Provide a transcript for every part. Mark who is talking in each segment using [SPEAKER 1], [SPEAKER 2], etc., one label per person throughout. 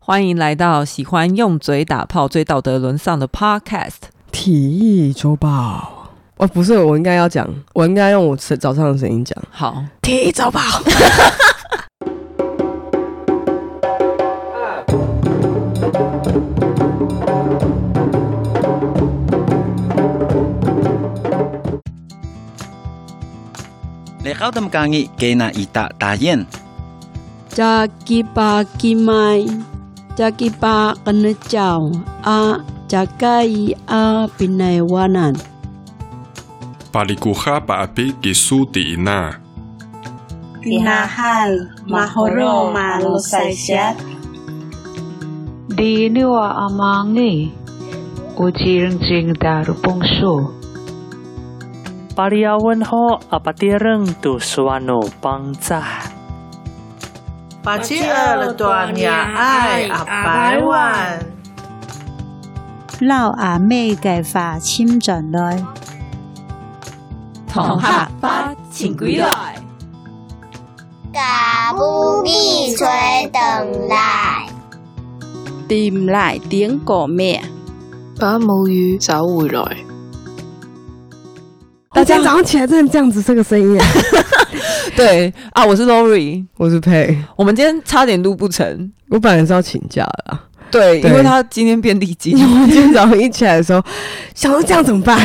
[SPEAKER 1] 欢迎来到喜欢用嘴打炮、追道德沦丧的 Podcast。
[SPEAKER 2] 体育周报。哦，不是，我应该要讲，我应该用我早上的声音讲。
[SPEAKER 1] 好，
[SPEAKER 2] 体育周报。
[SPEAKER 3] Lekau temkangi kena ita tayen.
[SPEAKER 4] Jaki pa kimai, jaki pa kenecau, a jakai a pinaiwanan.
[SPEAKER 5] Palikuha paapi kisu tiina.
[SPEAKER 6] tinahal, mahoroma, losaisyat,
[SPEAKER 7] Di niwa amangi ujiring jing daru pungsu.
[SPEAKER 8] Pariawan ho apatireng tu suano pangcah.
[SPEAKER 9] Pachial tuanya ai abai wan.
[SPEAKER 10] 老阿妹嘅花签进来，
[SPEAKER 1] 同客八请归来，
[SPEAKER 11] cả bu bi chuối tầng lại
[SPEAKER 4] Tìm lại tiếng của mẹ.
[SPEAKER 12] 把母语找回来。
[SPEAKER 2] 大家早上起来真的这样子，这个声音、啊。
[SPEAKER 1] 对啊，我是 Lori，
[SPEAKER 2] 我是佩，
[SPEAKER 1] 我们今天差点录不成，
[SPEAKER 2] 我本来是要请假的啊、
[SPEAKER 1] 对，
[SPEAKER 2] 对
[SPEAKER 1] 因为他今天变地精
[SPEAKER 2] 因，为我今天早上一起来的时候，想说这样怎么办？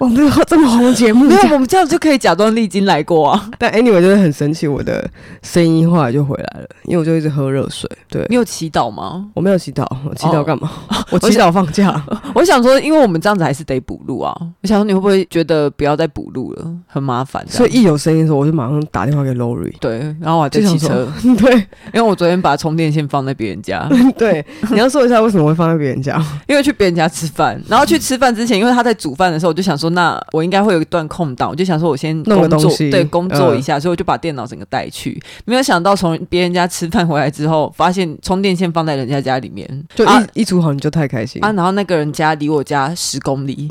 [SPEAKER 2] 我们这个这么红的节目
[SPEAKER 1] 没，有，我们这样就可以假装历经来过啊。
[SPEAKER 2] 但 anyway 就是很神奇，我的声音后来就回来了，因为我就一直喝热水。对，
[SPEAKER 1] 你有祈祷吗？
[SPEAKER 2] 我没有祈祷，我祈祷
[SPEAKER 1] 哦
[SPEAKER 2] 干嘛？ 哦我祈祷放假。
[SPEAKER 1] 我想说，因为我们这样子还是得补录啊。我想说，你会不会觉得不要再补录了，很麻烦这样？
[SPEAKER 2] 所以一有声音的时候，我就马上打电话给 Lori。
[SPEAKER 1] 对，然后我还在
[SPEAKER 2] 就
[SPEAKER 1] 骑
[SPEAKER 2] 想
[SPEAKER 1] 车
[SPEAKER 2] 说， 对
[SPEAKER 1] 因为我昨天把充电线放在别人家，
[SPEAKER 2] 对，你要说一下为什么会放在别人家？
[SPEAKER 1] 因为去别人家吃饭，然后去吃饭之前，因为他在煮饭的时候，我就想说，那我应该会有一段空档，我就想说我先
[SPEAKER 2] 弄
[SPEAKER 1] 工
[SPEAKER 2] 个
[SPEAKER 1] 作，
[SPEAKER 2] 东西
[SPEAKER 1] 对，工作一下，所以我就把电脑整个带去。没有想到从别人家吃饭回来之后，发现充电线放在人家家里面，
[SPEAKER 2] 就一、
[SPEAKER 1] 啊
[SPEAKER 2] 一煮好你就太开心，
[SPEAKER 1] 啊，然后那个人家离我家十公里，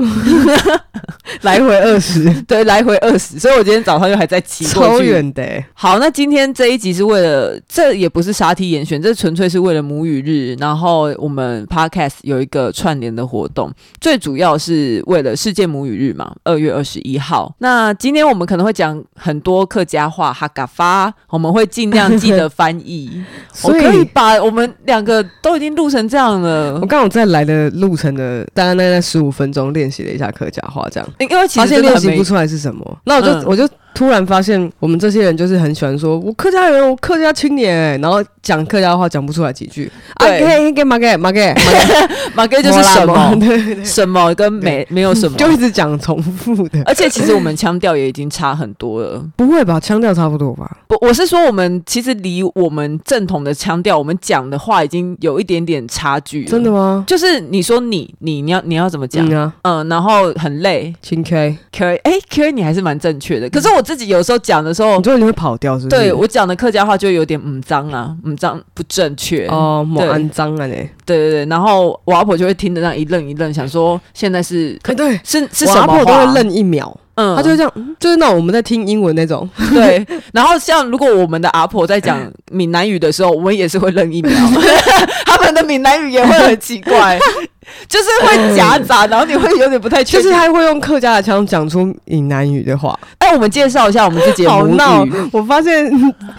[SPEAKER 2] 来回二 十，
[SPEAKER 1] 对，来回二十，所以我今天早上又还在骑过
[SPEAKER 2] 超
[SPEAKER 1] 去。
[SPEAKER 2] 远的、欸。
[SPEAKER 1] 好，那今天这一集是为了，这也不是沙梯严选，这纯粹是为了母语日。然后我们 podcast 有一个串联的活动，最主要是为了世界母语日嘛，二月二十一号。那今天我们可能会讲很多客家话哈嘎发，我们会尽量记得翻 译。我
[SPEAKER 2] 所以
[SPEAKER 1] 可以嗯把我们两个都已经录成这样了
[SPEAKER 2] 我。刚好在来的路程的大概那那十五分钟练习了一下客家话，这样
[SPEAKER 1] 因为其
[SPEAKER 2] 发
[SPEAKER 1] 实
[SPEAKER 2] 现
[SPEAKER 1] 真的
[SPEAKER 2] 练
[SPEAKER 1] 很
[SPEAKER 2] 习
[SPEAKER 1] 没
[SPEAKER 2] 不出来是什么。那我就、
[SPEAKER 1] 嗯
[SPEAKER 2] 我就突然发现，我们这些人就是很喜欢说“我客家人，我哦客家青年、欸”，然后讲客家话讲不出来几句。啊，
[SPEAKER 1] 对
[SPEAKER 2] 给给马给马给
[SPEAKER 1] 马哥
[SPEAKER 2] 这
[SPEAKER 1] 就是什 么
[SPEAKER 2] 对对对，
[SPEAKER 1] 什么跟没没有什么， 哎
[SPEAKER 2] 就一直讲重复的。
[SPEAKER 1] 而且其实我们腔调也已经差很多了。
[SPEAKER 2] 不会吧？腔调差不多吧？
[SPEAKER 1] 不，我是说，我们其实离我们正统的腔调，我们讲的话已经有一点点差距了
[SPEAKER 2] 真的，吗？
[SPEAKER 1] 就是你说你你你要你要怎么哎讲？
[SPEAKER 2] 嗯
[SPEAKER 1] 嗯
[SPEAKER 2] 啊，
[SPEAKER 1] 然后很累
[SPEAKER 2] 青 K，
[SPEAKER 1] ，Q 哎 Q 你还是蛮正确的。可是我自己有时候讲的时候
[SPEAKER 2] 你，说你会跑调是不是？
[SPEAKER 1] 哦对我讲的客家话就有点嗯脏啊，嗯脏不正确。
[SPEAKER 2] 哦，某
[SPEAKER 1] 对
[SPEAKER 2] 安脏啊呢？
[SPEAKER 1] 对对对，然后我阿婆就会听得让一愣一愣，想说现在是
[SPEAKER 2] 哎，对，
[SPEAKER 1] 是是
[SPEAKER 2] 我
[SPEAKER 1] 什
[SPEAKER 2] 阿
[SPEAKER 1] 么
[SPEAKER 2] 婆都会
[SPEAKER 1] 话，啊
[SPEAKER 2] 愣一秒，
[SPEAKER 1] 嗯，
[SPEAKER 2] 她就会这样，嗯就是那种我们在听英文 那种。
[SPEAKER 1] 对，然后像如果我们的阿婆在讲闽南语的时候，我们也是会愣 一秒，他们的闽南语也会很奇怪， 就是会夹杂，然后你会有点不太确
[SPEAKER 2] 就
[SPEAKER 1] 定。
[SPEAKER 2] 是他会用客家的腔讲出闽南语的话，
[SPEAKER 1] 哎，我们介绍一下我们自己的
[SPEAKER 2] 好
[SPEAKER 1] 母
[SPEAKER 2] 闹
[SPEAKER 1] 语。！嗯
[SPEAKER 2] 我发现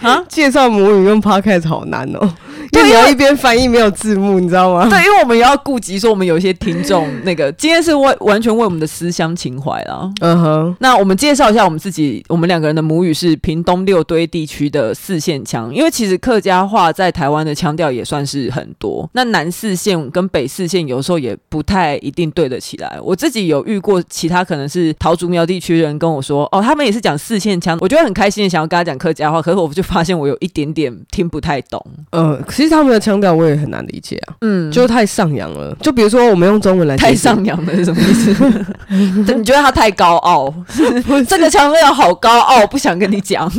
[SPEAKER 1] 啊
[SPEAKER 2] 介绍母语用 podcast 好难哦，因
[SPEAKER 1] 对
[SPEAKER 2] 为你
[SPEAKER 1] 因
[SPEAKER 2] 要
[SPEAKER 1] 为
[SPEAKER 2] 一边翻译没有字幕，你知道吗？
[SPEAKER 1] 对，因为我们也要顾及说我们有一些听众，那个今天是为完全为我们的思乡情怀啦。
[SPEAKER 2] 嗯哼，
[SPEAKER 1] 那我们介绍一下我们自己，我们两个人的母语是屏东六堆地区的四县腔，因为其实客家话在台湾的腔调也算是很多。那南四县跟北四县有时候也不太一定对得起来。我自己有遇过其他可能是桃竹苗地区人跟我说，哦，他们也是讲四县腔，我觉得很开心的想要跟他讲客家话，可是我就发现我有一点点听不太懂。
[SPEAKER 2] 呃，其实他们的腔调我也很难理解啊，
[SPEAKER 1] 嗯，
[SPEAKER 2] 就是太上扬了。就比如说我们用中文来解
[SPEAKER 1] 太
[SPEAKER 2] 释
[SPEAKER 1] 上扬了是什么意 思？你觉得他太高傲？这个腔调好高傲，不想跟你讲。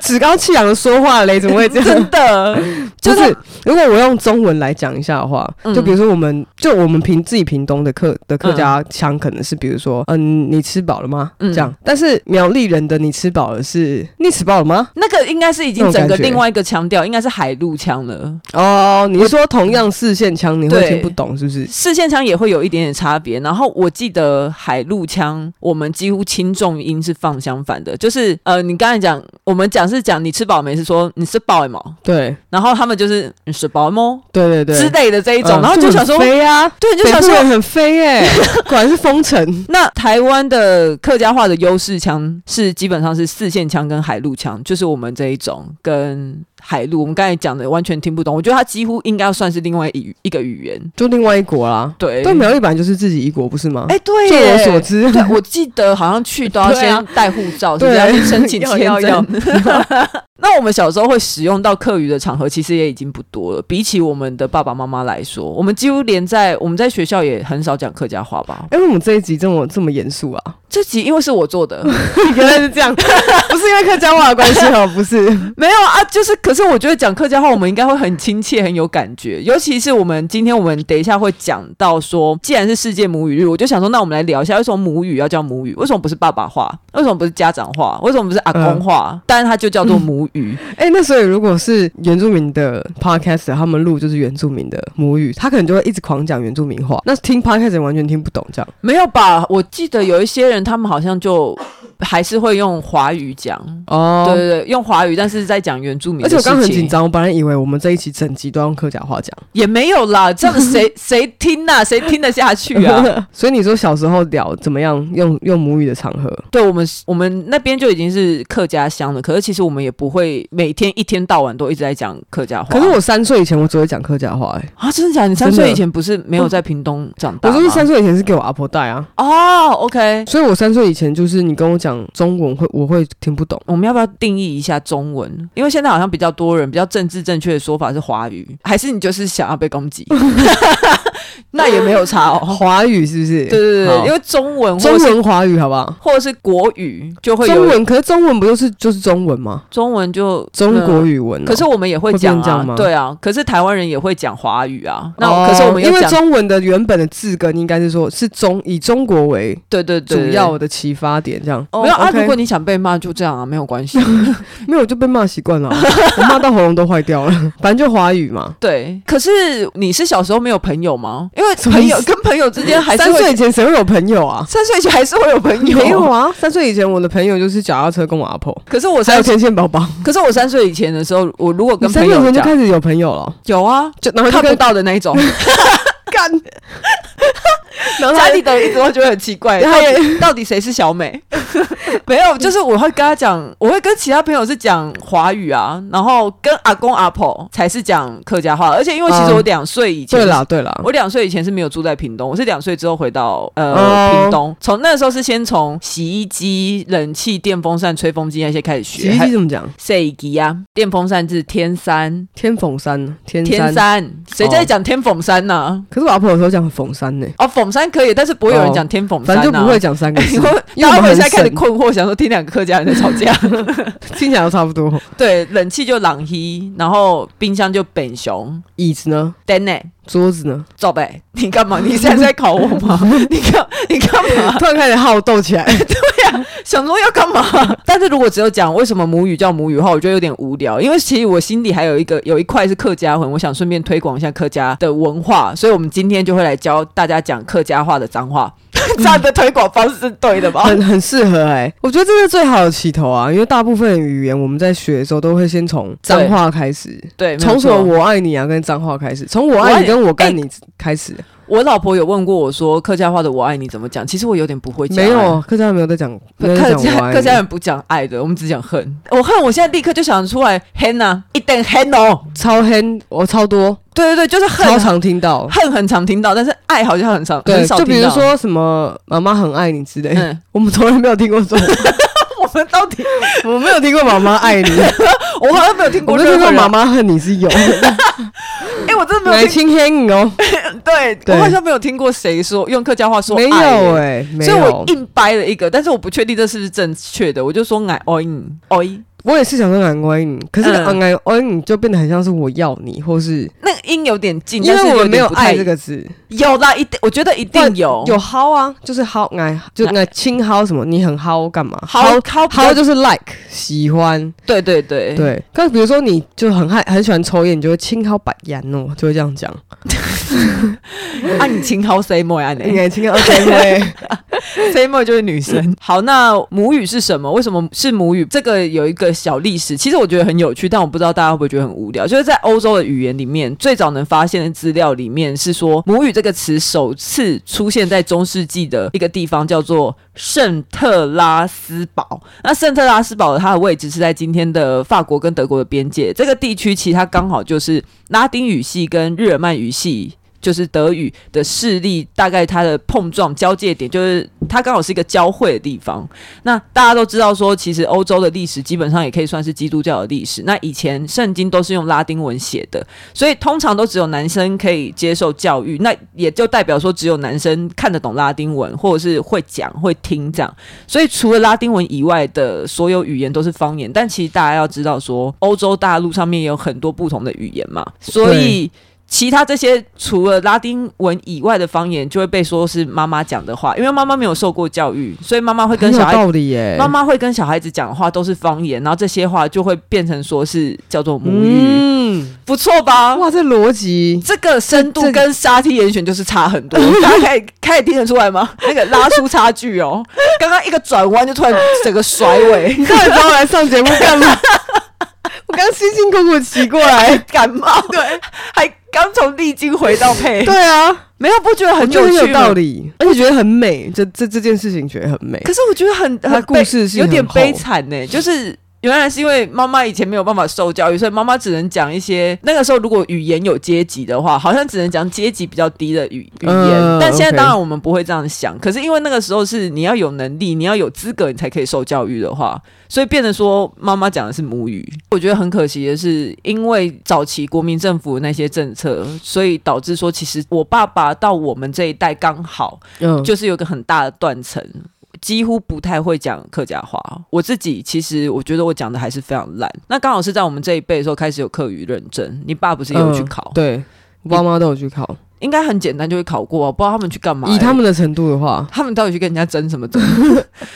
[SPEAKER 2] 趾高气扬的说话嘞，怎么会这 样？
[SPEAKER 1] 真的，
[SPEAKER 2] 就
[SPEAKER 1] 就是
[SPEAKER 2] 是如果我用中文来讲一下的话，
[SPEAKER 1] 啊嗯
[SPEAKER 2] 就比如说我们就我们平自己屏东的客的客家腔，可能是比如说嗯你吃饱了吗、
[SPEAKER 1] 嗯
[SPEAKER 2] 这样，但是苗栗人的你吃饱了是你吃饱了吗？
[SPEAKER 1] 那个应该是已经整个另外一个腔调，应该是海陆腔了。了。
[SPEAKER 2] 哦，你是说同样四线腔你会听不懂是不是？
[SPEAKER 1] 四线腔也会有一点点差别。然后我记得海陆腔，我们几乎轻重音是放相反的，就是呃，你刚才讲，我们讲是讲你吃饱没，是说你吃饱了吗？
[SPEAKER 2] 对
[SPEAKER 1] 然后他们就是你吃饱了吗
[SPEAKER 2] 对对对，
[SPEAKER 1] 之类的这一种，
[SPEAKER 2] 嗯
[SPEAKER 1] 然后就想说
[SPEAKER 2] 这，很飞啊，
[SPEAKER 1] 对，你就
[SPEAKER 2] 北
[SPEAKER 1] 想
[SPEAKER 2] 部
[SPEAKER 1] 说。
[SPEAKER 2] 人很飞哎、 果然是风尘。
[SPEAKER 1] 那台湾的客家话的优势腔是基本上是四线腔跟海陆腔，就是我们这一种跟海陆，我们刚才讲的完全听不懂。我觉得它几乎应该要算是另外一语一个语言。
[SPEAKER 2] 就另外一国啦。
[SPEAKER 1] 对，
[SPEAKER 2] 但苗栗版就是自己一国，不是吗？
[SPEAKER 1] 哎、对，
[SPEAKER 2] 就我所。知，
[SPEAKER 1] 对，我记得好像去都要
[SPEAKER 2] 对啊
[SPEAKER 1] 先带护照，是不
[SPEAKER 2] 对
[SPEAKER 1] 是要去申请签
[SPEAKER 2] 要要
[SPEAKER 1] 证？ 那我们小时候会使用到客语的场合，其实也已经不多了。比起我们的爸爸妈妈来说，我们几乎连在我们在学校也很少讲客家话吧。
[SPEAKER 2] 哎，为什么这一集这么这么严肃啊？
[SPEAKER 1] 这集因为是我做的，
[SPEAKER 2] 原来是这样，不是因为客家话的关系 哦，不是。
[SPEAKER 1] 没有啊，就是，可是我觉得讲客家话，我们应该会很亲切，很有感觉。尤其是我们今天，我们等一下会讲到说，既然是世界母语日，我就想说，那我们来聊一下，为什么母语要叫母语？为什么不是爸爸话？为什么不是家长话？为什么不是阿公话？
[SPEAKER 2] 嗯
[SPEAKER 1] 但是它就叫做母语。
[SPEAKER 2] 哎，那所以如果是原住民的 podcast，他们录就是原住民的母语，他可能就会一直狂讲原住民话，那听 podcast 人完全听不懂这样。
[SPEAKER 1] 没有吧？我记得有一些人，他们好像就呃还是会用华语讲，对
[SPEAKER 2] 哦。
[SPEAKER 1] 对对，用华语，但是在讲原住民
[SPEAKER 2] 而
[SPEAKER 1] 的事
[SPEAKER 2] 且我
[SPEAKER 1] 情。
[SPEAKER 2] 刚刚很紧张，我本来以为我们这一期整集都要用客家话讲。
[SPEAKER 1] 也没有啦，这样谁谁听呐、谁听得下去啊？
[SPEAKER 2] 所以你说小时候聊怎么样用用母语的场合，
[SPEAKER 1] 对我们是，我们那边就已经是客家乡了。可是其实我们也不会每天一天到晚都一直在讲客家话。
[SPEAKER 2] 可是我三岁以前我只会讲客家话、哎，
[SPEAKER 1] 啊，真的假的？你
[SPEAKER 2] 真
[SPEAKER 1] 三
[SPEAKER 2] 的
[SPEAKER 1] 岁以前不是没有在屏东长大
[SPEAKER 2] 我
[SPEAKER 1] 吗？
[SPEAKER 2] 就是三岁以前是给我阿婆带啊，
[SPEAKER 1] 哦，OK。
[SPEAKER 2] 所以我三岁以前就是你跟我讲中文会我会听不懂。
[SPEAKER 1] 我们要不要定义一下中文？因为现在好像比较多人比较政治正确的说法是华语，还是你就是想要被攻 击？ 那也没有差哦。
[SPEAKER 2] 华语是不是？
[SPEAKER 1] 对对对，
[SPEAKER 2] 好
[SPEAKER 1] 因为中文或
[SPEAKER 2] 中
[SPEAKER 1] 者是
[SPEAKER 2] 文华语好不好？
[SPEAKER 1] 或者是国语就会有
[SPEAKER 2] 中文，可是中文不就是就是中文吗？
[SPEAKER 1] 中文就
[SPEAKER 2] 中
[SPEAKER 1] 嗯
[SPEAKER 2] 国语文哦、
[SPEAKER 1] 可是我们也会
[SPEAKER 2] 会变
[SPEAKER 1] 讲
[SPEAKER 2] 这样吗
[SPEAKER 1] 啊，对啊，可是台湾人也会讲华语啊。那、
[SPEAKER 2] 哦
[SPEAKER 1] 可是我们又
[SPEAKER 2] 因为
[SPEAKER 1] 讲，
[SPEAKER 2] 中文的原本的字根应该是说是中以中国为
[SPEAKER 1] 对对对，
[SPEAKER 2] 主要的启发点这样。
[SPEAKER 1] 哦没有、啊。
[SPEAKER 2] OK
[SPEAKER 1] 如果你想被骂，就这样啊，没有关 系。
[SPEAKER 2] 没有我就被骂习惯 了啊，我骂到喉咙都坏掉了。反正就华语嘛，
[SPEAKER 1] 对，可是你是小时候没有朋友吗？因为
[SPEAKER 2] 什么
[SPEAKER 1] 朋
[SPEAKER 2] 意思
[SPEAKER 1] 友跟朋友之间还是
[SPEAKER 2] 三岁
[SPEAKER 1] 会
[SPEAKER 2] 以，前谁会有朋友啊？
[SPEAKER 1] 三岁以前还是会有朋友。
[SPEAKER 2] 没有啊，三岁以前我的朋友就是脚踏车跟我阿婆，
[SPEAKER 1] 可是我
[SPEAKER 2] 还有
[SPEAKER 1] 三，
[SPEAKER 2] 天线宝宝。
[SPEAKER 1] 可是我三岁以前的时候，我如果
[SPEAKER 2] 你
[SPEAKER 1] 跟
[SPEAKER 2] 三
[SPEAKER 1] 朋
[SPEAKER 2] 岁以
[SPEAKER 1] 友
[SPEAKER 2] 前就
[SPEAKER 1] 讲，
[SPEAKER 2] 开始有朋友了，
[SPEAKER 1] 有啊，
[SPEAKER 2] 就然后就
[SPEAKER 1] 看不
[SPEAKER 2] 跟
[SPEAKER 1] 到的那一种，
[SPEAKER 2] 干，然后
[SPEAKER 1] 家
[SPEAKER 2] 他
[SPEAKER 1] 里的人一直会觉得很奇怪，
[SPEAKER 2] 他
[SPEAKER 1] 到
[SPEAKER 2] 也
[SPEAKER 1] 底到底谁是小美？没有，就是我会跟他讲，我会跟其他朋友是讲华语啊，然后跟阿公阿婆才是讲客家话，而且因为其实
[SPEAKER 2] 嗯
[SPEAKER 1] 我两岁以前、
[SPEAKER 2] 对啦，对啦，
[SPEAKER 1] 我两岁以前是没有住在屏东，我是两岁之后回到呃、
[SPEAKER 2] 哦
[SPEAKER 1] 屏东，从那时候是先从洗衣机、冷气、电风扇、吹风机那些开始
[SPEAKER 2] 洗
[SPEAKER 1] 学，
[SPEAKER 2] 衣
[SPEAKER 1] 还
[SPEAKER 2] 机怎么讲？
[SPEAKER 1] 洗衣机啊，电风扇是天山，
[SPEAKER 2] 天缝山，天
[SPEAKER 1] 天
[SPEAKER 2] 山。
[SPEAKER 1] 山，谁在讲天讽山呢、啊
[SPEAKER 2] 可是我阿婆有时候讲讽山呢，
[SPEAKER 1] 哦，讽山可以，但是不会有人讲天讽山、
[SPEAKER 2] 反
[SPEAKER 1] 啊
[SPEAKER 2] 正就不会讲三个 字
[SPEAKER 1] 因为，
[SPEAKER 2] 因
[SPEAKER 1] 大
[SPEAKER 2] 为
[SPEAKER 1] 家
[SPEAKER 2] 我们
[SPEAKER 1] 会
[SPEAKER 2] 很
[SPEAKER 1] 现在开始
[SPEAKER 2] 省
[SPEAKER 1] 困惑，想说听两个客家人在吵架。
[SPEAKER 2] 听起来都差不多。
[SPEAKER 1] 对，冷气就朗希，然后冰箱就本熊。
[SPEAKER 2] 椅子呢？
[SPEAKER 1] 等呢，
[SPEAKER 2] 桌 子呢？
[SPEAKER 1] 走呗，你干嘛？你现在在考我 吗？你干你干嘛？
[SPEAKER 2] 突然开始好斗起来。
[SPEAKER 1] 想说要干嘛？ 但是如果只有讲为什么母语叫母语的话，我觉得有点无聊，因为其实我心里还有一个有一块是客家魂，我想顺便推广一下客家的文化，所以我们今天就会来教大家讲客家话的脏 话。这样的推广方式是对的吧？
[SPEAKER 2] 很很适合哎、我觉得这是最好的起头啊，因为大部分的语言我们在学的时候都会先从脏话开始，
[SPEAKER 1] 对，没有
[SPEAKER 2] 从什么
[SPEAKER 1] 错
[SPEAKER 2] 我爱你啊跟脏话开始，从我爱你跟我干你开始，
[SPEAKER 1] 我老婆有问过我说客家话的“我爱你”怎么讲，其实我有点不会讲、
[SPEAKER 2] 没
[SPEAKER 1] 欸
[SPEAKER 2] 有客家人没有在讲，没有在
[SPEAKER 1] 客
[SPEAKER 2] 讲我
[SPEAKER 1] 家
[SPEAKER 2] 爱
[SPEAKER 1] 客家
[SPEAKER 2] 你，
[SPEAKER 1] 人不讲爱的，我们只讲恨。我恨，我现在立刻就想出来恨啊，一定恨哦。
[SPEAKER 2] 超黑，我超多，
[SPEAKER 1] 对对对，就是
[SPEAKER 2] 超
[SPEAKER 1] 恨，
[SPEAKER 2] 常听到，
[SPEAKER 1] 恨很常听到，但是爱好像很常
[SPEAKER 2] 对，
[SPEAKER 1] 很少
[SPEAKER 2] 就比
[SPEAKER 1] 听
[SPEAKER 2] 如
[SPEAKER 1] 到。
[SPEAKER 2] 说什么妈妈很爱你之类，
[SPEAKER 1] 嗯
[SPEAKER 2] 我们从来没有听过这种，
[SPEAKER 1] 我们到底，
[SPEAKER 2] 我没有听过妈妈爱你，
[SPEAKER 1] 我好像没有听
[SPEAKER 2] 我
[SPEAKER 1] 过
[SPEAKER 2] 就
[SPEAKER 1] 任
[SPEAKER 2] 听
[SPEAKER 1] 何
[SPEAKER 2] 过
[SPEAKER 1] 人
[SPEAKER 2] 妈，妈恨你是 有，
[SPEAKER 1] 哎、我真的没
[SPEAKER 2] 奶
[SPEAKER 1] 有听，
[SPEAKER 2] 青黑你哦，
[SPEAKER 1] 对
[SPEAKER 2] 对
[SPEAKER 1] 我好像没有听过谁说用客家话说
[SPEAKER 2] 没
[SPEAKER 1] 爱欸
[SPEAKER 2] 有哎、没
[SPEAKER 1] 所以
[SPEAKER 2] 有
[SPEAKER 1] 哦
[SPEAKER 2] 哦
[SPEAKER 1] 我。硬掰了一个，但是我不确定这是不是正确的，我就说爱 o i o i
[SPEAKER 2] 我也是想说昂爱你，可是昂
[SPEAKER 1] 嗯
[SPEAKER 2] 爱爱你就变得很像是我要你，或是
[SPEAKER 1] 那个音有点近，
[SPEAKER 2] 因
[SPEAKER 1] 但是
[SPEAKER 2] 为我
[SPEAKER 1] 有
[SPEAKER 2] 没有
[SPEAKER 1] 点不太
[SPEAKER 2] 爱这，个字，
[SPEAKER 1] 有啦，一定，我觉得一定有
[SPEAKER 2] 有薅啊，就是薅爱，就那轻薅什么，你很薅干嘛？
[SPEAKER 1] 薅薅比较
[SPEAKER 2] 薅就是 like 喜欢，
[SPEAKER 1] 对对对，
[SPEAKER 2] 对。但比如说你就很爱很喜欢抽烟，你就会轻薅百烟哦，就会这样讲。
[SPEAKER 1] 啊，你情好 say more 啊你
[SPEAKER 2] 应该哎轻薅 OK 对
[SPEAKER 1] say more 就是女生。好，那母语是什么？为什么是母语？这个有一个小历史，其实我觉得很有趣，但我不知道大家会不会觉得很无聊。就是在欧洲的语言里面，最早能发现的资料里面是说，母语这个词首次出现在中世纪的一个地方，叫做圣特拉斯堡。那圣特拉斯堡它的位置是在今天的法国跟德国的边界，这个地区其实它刚好就是拉丁语系跟日耳曼语系。就是德语的势力，大概它的碰撞交界点，就是它刚好是一个交汇的地方。那大家都知道说，其实欧洲的历史基本上也可以算是基督教的历史。那以前圣经都是用拉丁文写的，所以通常都只有男生可以接受教育，那也就代表说只有男生看得懂拉丁文，或者是会讲会听这样。所以除了拉丁文以外的所有语言都是方言，但其实大家要知道说，欧洲大陆上面也有很多不同的语言嘛，所以。其他这些除了拉丁文以外的方言，就会被说是妈妈讲的话，因为妈妈没有受过教育，所以妈妈会跟
[SPEAKER 2] 很有
[SPEAKER 1] 小孩
[SPEAKER 2] 道理耶。
[SPEAKER 1] 妈妈会跟小孩子讲的话都是方言，然后这些话就会变成说是叫做母语，
[SPEAKER 2] 嗯，
[SPEAKER 1] 不错吧？
[SPEAKER 2] 哇，这逻辑
[SPEAKER 1] 这个深度
[SPEAKER 2] 这
[SPEAKER 1] 跟沙梯严选就是差很多，大家可以可以听得出来 吗？那个拉出差距哦，刚刚一个转弯就突然整个甩尾，
[SPEAKER 2] 你到底找我来上节目干嘛？ 我刚辛辛苦苦骑过来。
[SPEAKER 1] 哎感冒，对，还刚从历经回到配，
[SPEAKER 2] 对啊，
[SPEAKER 1] 没有不觉得
[SPEAKER 2] 我
[SPEAKER 1] 很
[SPEAKER 2] 觉得
[SPEAKER 1] 有
[SPEAKER 2] 很
[SPEAKER 1] 趣
[SPEAKER 2] 有道
[SPEAKER 1] 吗？
[SPEAKER 2] 理，而且觉得很美。这这这件事情觉得很美。
[SPEAKER 1] 可是我觉得很
[SPEAKER 2] 它
[SPEAKER 1] 很
[SPEAKER 2] 故
[SPEAKER 1] 悲
[SPEAKER 2] 事性
[SPEAKER 1] 有点
[SPEAKER 2] 很厚
[SPEAKER 1] 悲惨 呢、就是。原来是因为妈妈以前没有办法受教育，所以妈妈只能讲一些那个时候如果语言有阶级的话，好像只能讲阶级比较低的语语言。
[SPEAKER 2] 嗯
[SPEAKER 1] 但现在
[SPEAKER 2] OK
[SPEAKER 1] 当然我们不会这样想，可是因为那个时候是你要有能力，你要有资格，你才可以受教育的话，所以变得说妈妈讲的是母语。我觉得很可惜的是，因为早期国民政府那些政策，所以导致说其实我爸爸到我们这一代刚好
[SPEAKER 2] 嗯，
[SPEAKER 1] 就是有一个很大的断层，几乎不太会讲客家话。我自己其实我觉得我讲的还是非常烂。那刚好是在我们这一辈的时候开始有客语认证，你爸不是也有去
[SPEAKER 2] 嗯
[SPEAKER 1] 考？，
[SPEAKER 2] 对，我爸妈都有去考。
[SPEAKER 1] 应该很简单就会考过啊，不知道他们去干嘛、
[SPEAKER 2] 以他。们的程度的话，
[SPEAKER 1] 他们到底去跟人家争什么争？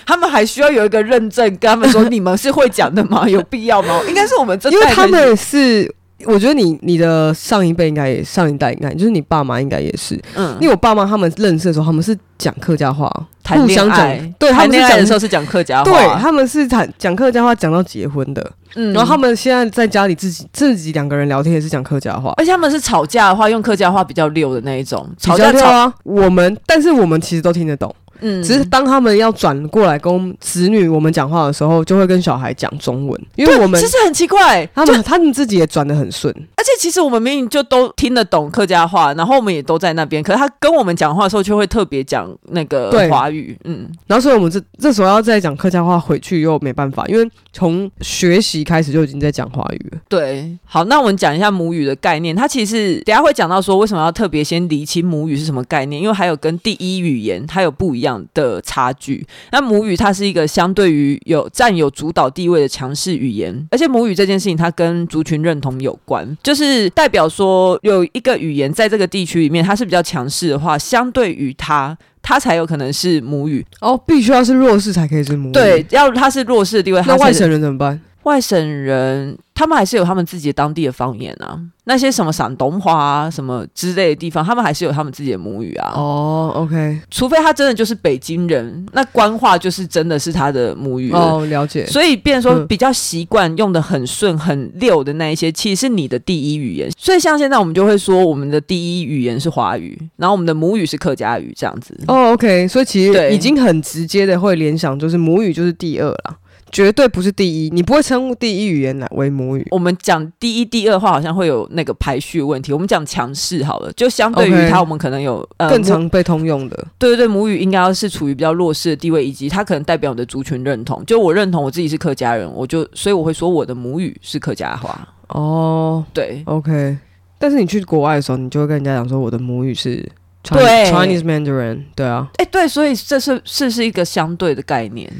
[SPEAKER 1] 他们还需要有一个认证，跟他们说你们是会讲的吗？有必要吗？应该是我们这代
[SPEAKER 2] 因
[SPEAKER 1] 的
[SPEAKER 2] 为
[SPEAKER 1] 人，
[SPEAKER 2] 他们是，我觉得你你的上一辈应该也上一代应该就是你爸妈应该也是，
[SPEAKER 1] 嗯
[SPEAKER 2] 因为我爸妈他们认识的时候，他们是讲客家话，
[SPEAKER 1] 谈
[SPEAKER 2] 互
[SPEAKER 1] 恋
[SPEAKER 2] 相
[SPEAKER 1] 爱
[SPEAKER 2] 讲，，对他
[SPEAKER 1] 谈
[SPEAKER 2] 们是
[SPEAKER 1] 恋爱的
[SPEAKER 2] 讲
[SPEAKER 1] 时候是讲客家话，
[SPEAKER 2] 对，他们是谈讲客家话讲到结婚的，
[SPEAKER 1] 嗯
[SPEAKER 2] 然后他们现在在家里自己自己两个人聊天也是讲客家话。
[SPEAKER 1] 而且他们是吵架的话，用客家话比较溜的那一种，哎吵
[SPEAKER 2] 比
[SPEAKER 1] 架
[SPEAKER 2] 较
[SPEAKER 1] 吵
[SPEAKER 2] 对啊，我们但是我们其实都听得懂，
[SPEAKER 1] 嗯
[SPEAKER 2] 只是当他们要转过来跟我们子女我们讲话的时候，就会跟小孩讲中文，因为我们
[SPEAKER 1] 其实很奇怪，
[SPEAKER 2] 他
[SPEAKER 1] 就
[SPEAKER 2] 们他们自己也转的很顺，
[SPEAKER 1] 而且其实我们明明就都听得懂客家话，然后我们也都在那边，可是他跟我们讲话的时候，却会特别讲那个
[SPEAKER 2] 对
[SPEAKER 1] 华语，嗯，
[SPEAKER 2] 然后所以我们这这时候要再讲客家话回去又没办法，因为从学习开始就已经在讲华语了。
[SPEAKER 1] 对。好，那我们讲一下母语的概念，它其实等一下会讲到说为什么要特别先厘清母语是什么概念，因为还有跟第一语言它有不一样的差距。那母语它是一个相对于有占有主导地位的强势语言，而且母语这件事情它跟族群认同有关，就是代表说有一个语言在这个地区里面它是比较强势的话，相对于它。它才有可能是母语，
[SPEAKER 2] 哦，必须要是弱势才可以是母语。
[SPEAKER 1] 对，，要它是弱势的地位，它
[SPEAKER 2] 那
[SPEAKER 1] 才
[SPEAKER 2] 外
[SPEAKER 1] 是
[SPEAKER 2] 省人怎么办？
[SPEAKER 1] 外省人，他们还是有他们自己当地的方言啊，那些什么山东话啊、什么之类的地方，他们还是有他们自己的母语啊。
[SPEAKER 2] 哦，OK，
[SPEAKER 1] 除非他真的就是北京人，那官话就是真的是他的母语了。
[SPEAKER 2] 哦，了解。
[SPEAKER 1] 所以，变成说
[SPEAKER 2] 嗯
[SPEAKER 1] 比较习惯用的很顺、很溜的那一些，其实是你的第一语言。所以，像现在我们就会说，我们的第一语言是华语，然后我们的母语是客家语，这样子。
[SPEAKER 2] 哦，OK，所以其实
[SPEAKER 1] 对
[SPEAKER 2] 已经很直接的会联想，就是母语就是第二啦，绝对不是第一，你不会称呼第一语言来为母语。
[SPEAKER 1] 我们讲第一、第二话好像会有那个排序问题。我们讲强势好了，就相对于
[SPEAKER 2] OK
[SPEAKER 1] 它，我们可能有、呃、
[SPEAKER 2] 更
[SPEAKER 1] 母
[SPEAKER 2] 常被通用的，
[SPEAKER 1] 对对对，母语应该要是处于比较弱势的地位，以及它可能代表我的族群认同。就我认同我自己是客家人，我就所以我会说我的母语是客家话。
[SPEAKER 2] 哦
[SPEAKER 1] 对，
[SPEAKER 2] ，OK。但是你去国外的时候，你就会跟人家讲说我的母语是 Chinese,
[SPEAKER 1] 对
[SPEAKER 2] Chinese Mandarin，对啊，
[SPEAKER 1] 哎，对，所以这是是是一个相对的概念。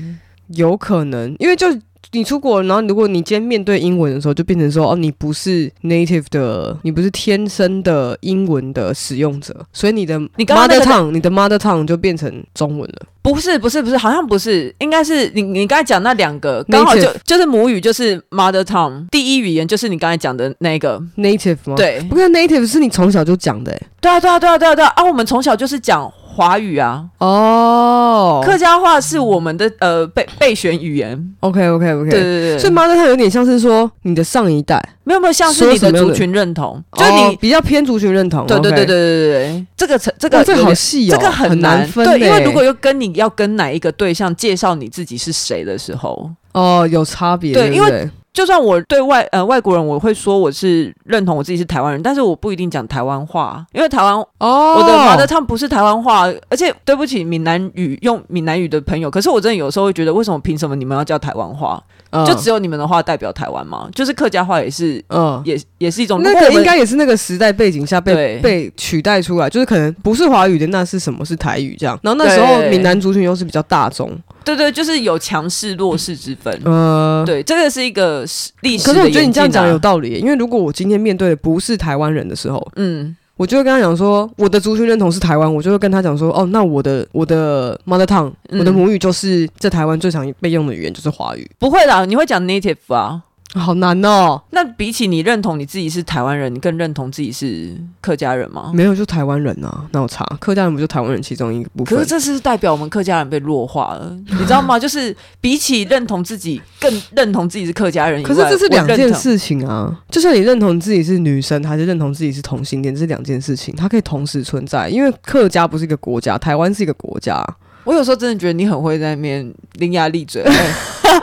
[SPEAKER 2] 有可能，因为就你出国，然后如果你今天面对英文的时候，就变成说哦，你不是 native 的，你不是天生的英文的使用者，所以你的
[SPEAKER 1] 你刚刚那
[SPEAKER 2] mother
[SPEAKER 1] 个
[SPEAKER 2] tongue，你的 mother tongue 就变成中文了。
[SPEAKER 1] 不是不是不是，好像不是，应该是你你刚才讲那两个，刚好就
[SPEAKER 2] Native
[SPEAKER 1] 就是母语就是 mother tongue，第一语言就是你刚才讲的那个。
[SPEAKER 2] native 吗？，
[SPEAKER 1] 对
[SPEAKER 2] 不过 native 是你从小就讲的欸
[SPEAKER 1] 对啊对啊对啊对啊对啊啊！我们从小就是讲华语啊，
[SPEAKER 2] 哦。
[SPEAKER 1] 客家话是我们的呃备备选语言。
[SPEAKER 2] OK OK OK，
[SPEAKER 1] 对对对，
[SPEAKER 2] 所以 mother tongue 有点像是说你的上一代，
[SPEAKER 1] 没有没有像是
[SPEAKER 2] 说
[SPEAKER 1] 你
[SPEAKER 2] 什
[SPEAKER 1] 的
[SPEAKER 2] 么样
[SPEAKER 1] 族
[SPEAKER 2] 的
[SPEAKER 1] 群认同，就是
[SPEAKER 2] 哦
[SPEAKER 1] 你
[SPEAKER 2] 比较偏族群认同。
[SPEAKER 1] 对对
[SPEAKER 2] OK
[SPEAKER 1] 对对对对对，这个层这
[SPEAKER 2] 哇
[SPEAKER 1] 个
[SPEAKER 2] 这个
[SPEAKER 1] 有
[SPEAKER 2] 好
[SPEAKER 1] 点
[SPEAKER 2] 细哦，
[SPEAKER 1] 这个很
[SPEAKER 2] 难分欸。
[SPEAKER 1] 对，因为如果又跟你要跟哪一个对象介绍你自己是谁的时 候，
[SPEAKER 2] 哦有差别，
[SPEAKER 1] 对
[SPEAKER 2] 对不
[SPEAKER 1] 因为
[SPEAKER 2] 对
[SPEAKER 1] 就算我对外呃外国人，我会说我是认同我自己是台湾人，但是我不一定讲台湾话，因为台湾、
[SPEAKER 2] 哦
[SPEAKER 1] 我的 mother tongue 不是台湾话，而且对不起闽南语用闽南语的朋友，可是我真的有时候会觉得，为什么凭什么你们要叫台湾话？
[SPEAKER 2] 嗯
[SPEAKER 1] 就只有你们的话代表台湾吗？就是客家话也是。
[SPEAKER 2] 嗯。
[SPEAKER 1] 也也是一种，
[SPEAKER 2] 那
[SPEAKER 1] 如果我
[SPEAKER 2] 个
[SPEAKER 1] 们
[SPEAKER 2] 应该也是那个时代背景下被
[SPEAKER 1] 对
[SPEAKER 2] 被取代出来，就是可能不是华语的，那是什么是台语这样。然后那时候
[SPEAKER 1] 对
[SPEAKER 2] 闽南族群又是比较大众，
[SPEAKER 1] 对对，就是有强势弱势之分。
[SPEAKER 2] 呃，
[SPEAKER 1] 嗯对，这个是一个史历史、
[SPEAKER 2] 可是我觉得你
[SPEAKER 1] 啊
[SPEAKER 2] 这样讲有，道理耶，欸因为如果我今天面对的不是台湾人的时候，
[SPEAKER 1] 嗯，
[SPEAKER 2] 我就会跟他讲说，我的族群认同是台湾，我就会跟他讲说，哦，那我的我的 mother tongue，、
[SPEAKER 1] 嗯
[SPEAKER 2] 我的母语就是在台湾最常被用的语言就是华语，
[SPEAKER 1] 不会啦，你会讲 native 啊。
[SPEAKER 2] 好难哦。
[SPEAKER 1] 那比起你认同你自己是台湾人，你更认同自己是客家人吗？
[SPEAKER 2] 哦没有，就台湾人啊，那我查客家人不就台湾人其中一个部分？
[SPEAKER 1] 可是这是代表我们客家人被弱化了，你知道吗？ 就是比起认同自己，更认同自己是客家人以外。
[SPEAKER 2] 可是这是两
[SPEAKER 1] 我认
[SPEAKER 2] 件
[SPEAKER 1] 同，
[SPEAKER 2] 事情啊，就像你认同自己是女生，还是认同自己是同性恋，这是两件事情，它可以同时存在。因为客家不是一个国家，台湾是一个国家，
[SPEAKER 1] 我有时候真的觉得你很会在那边伶牙俐 嘴，哎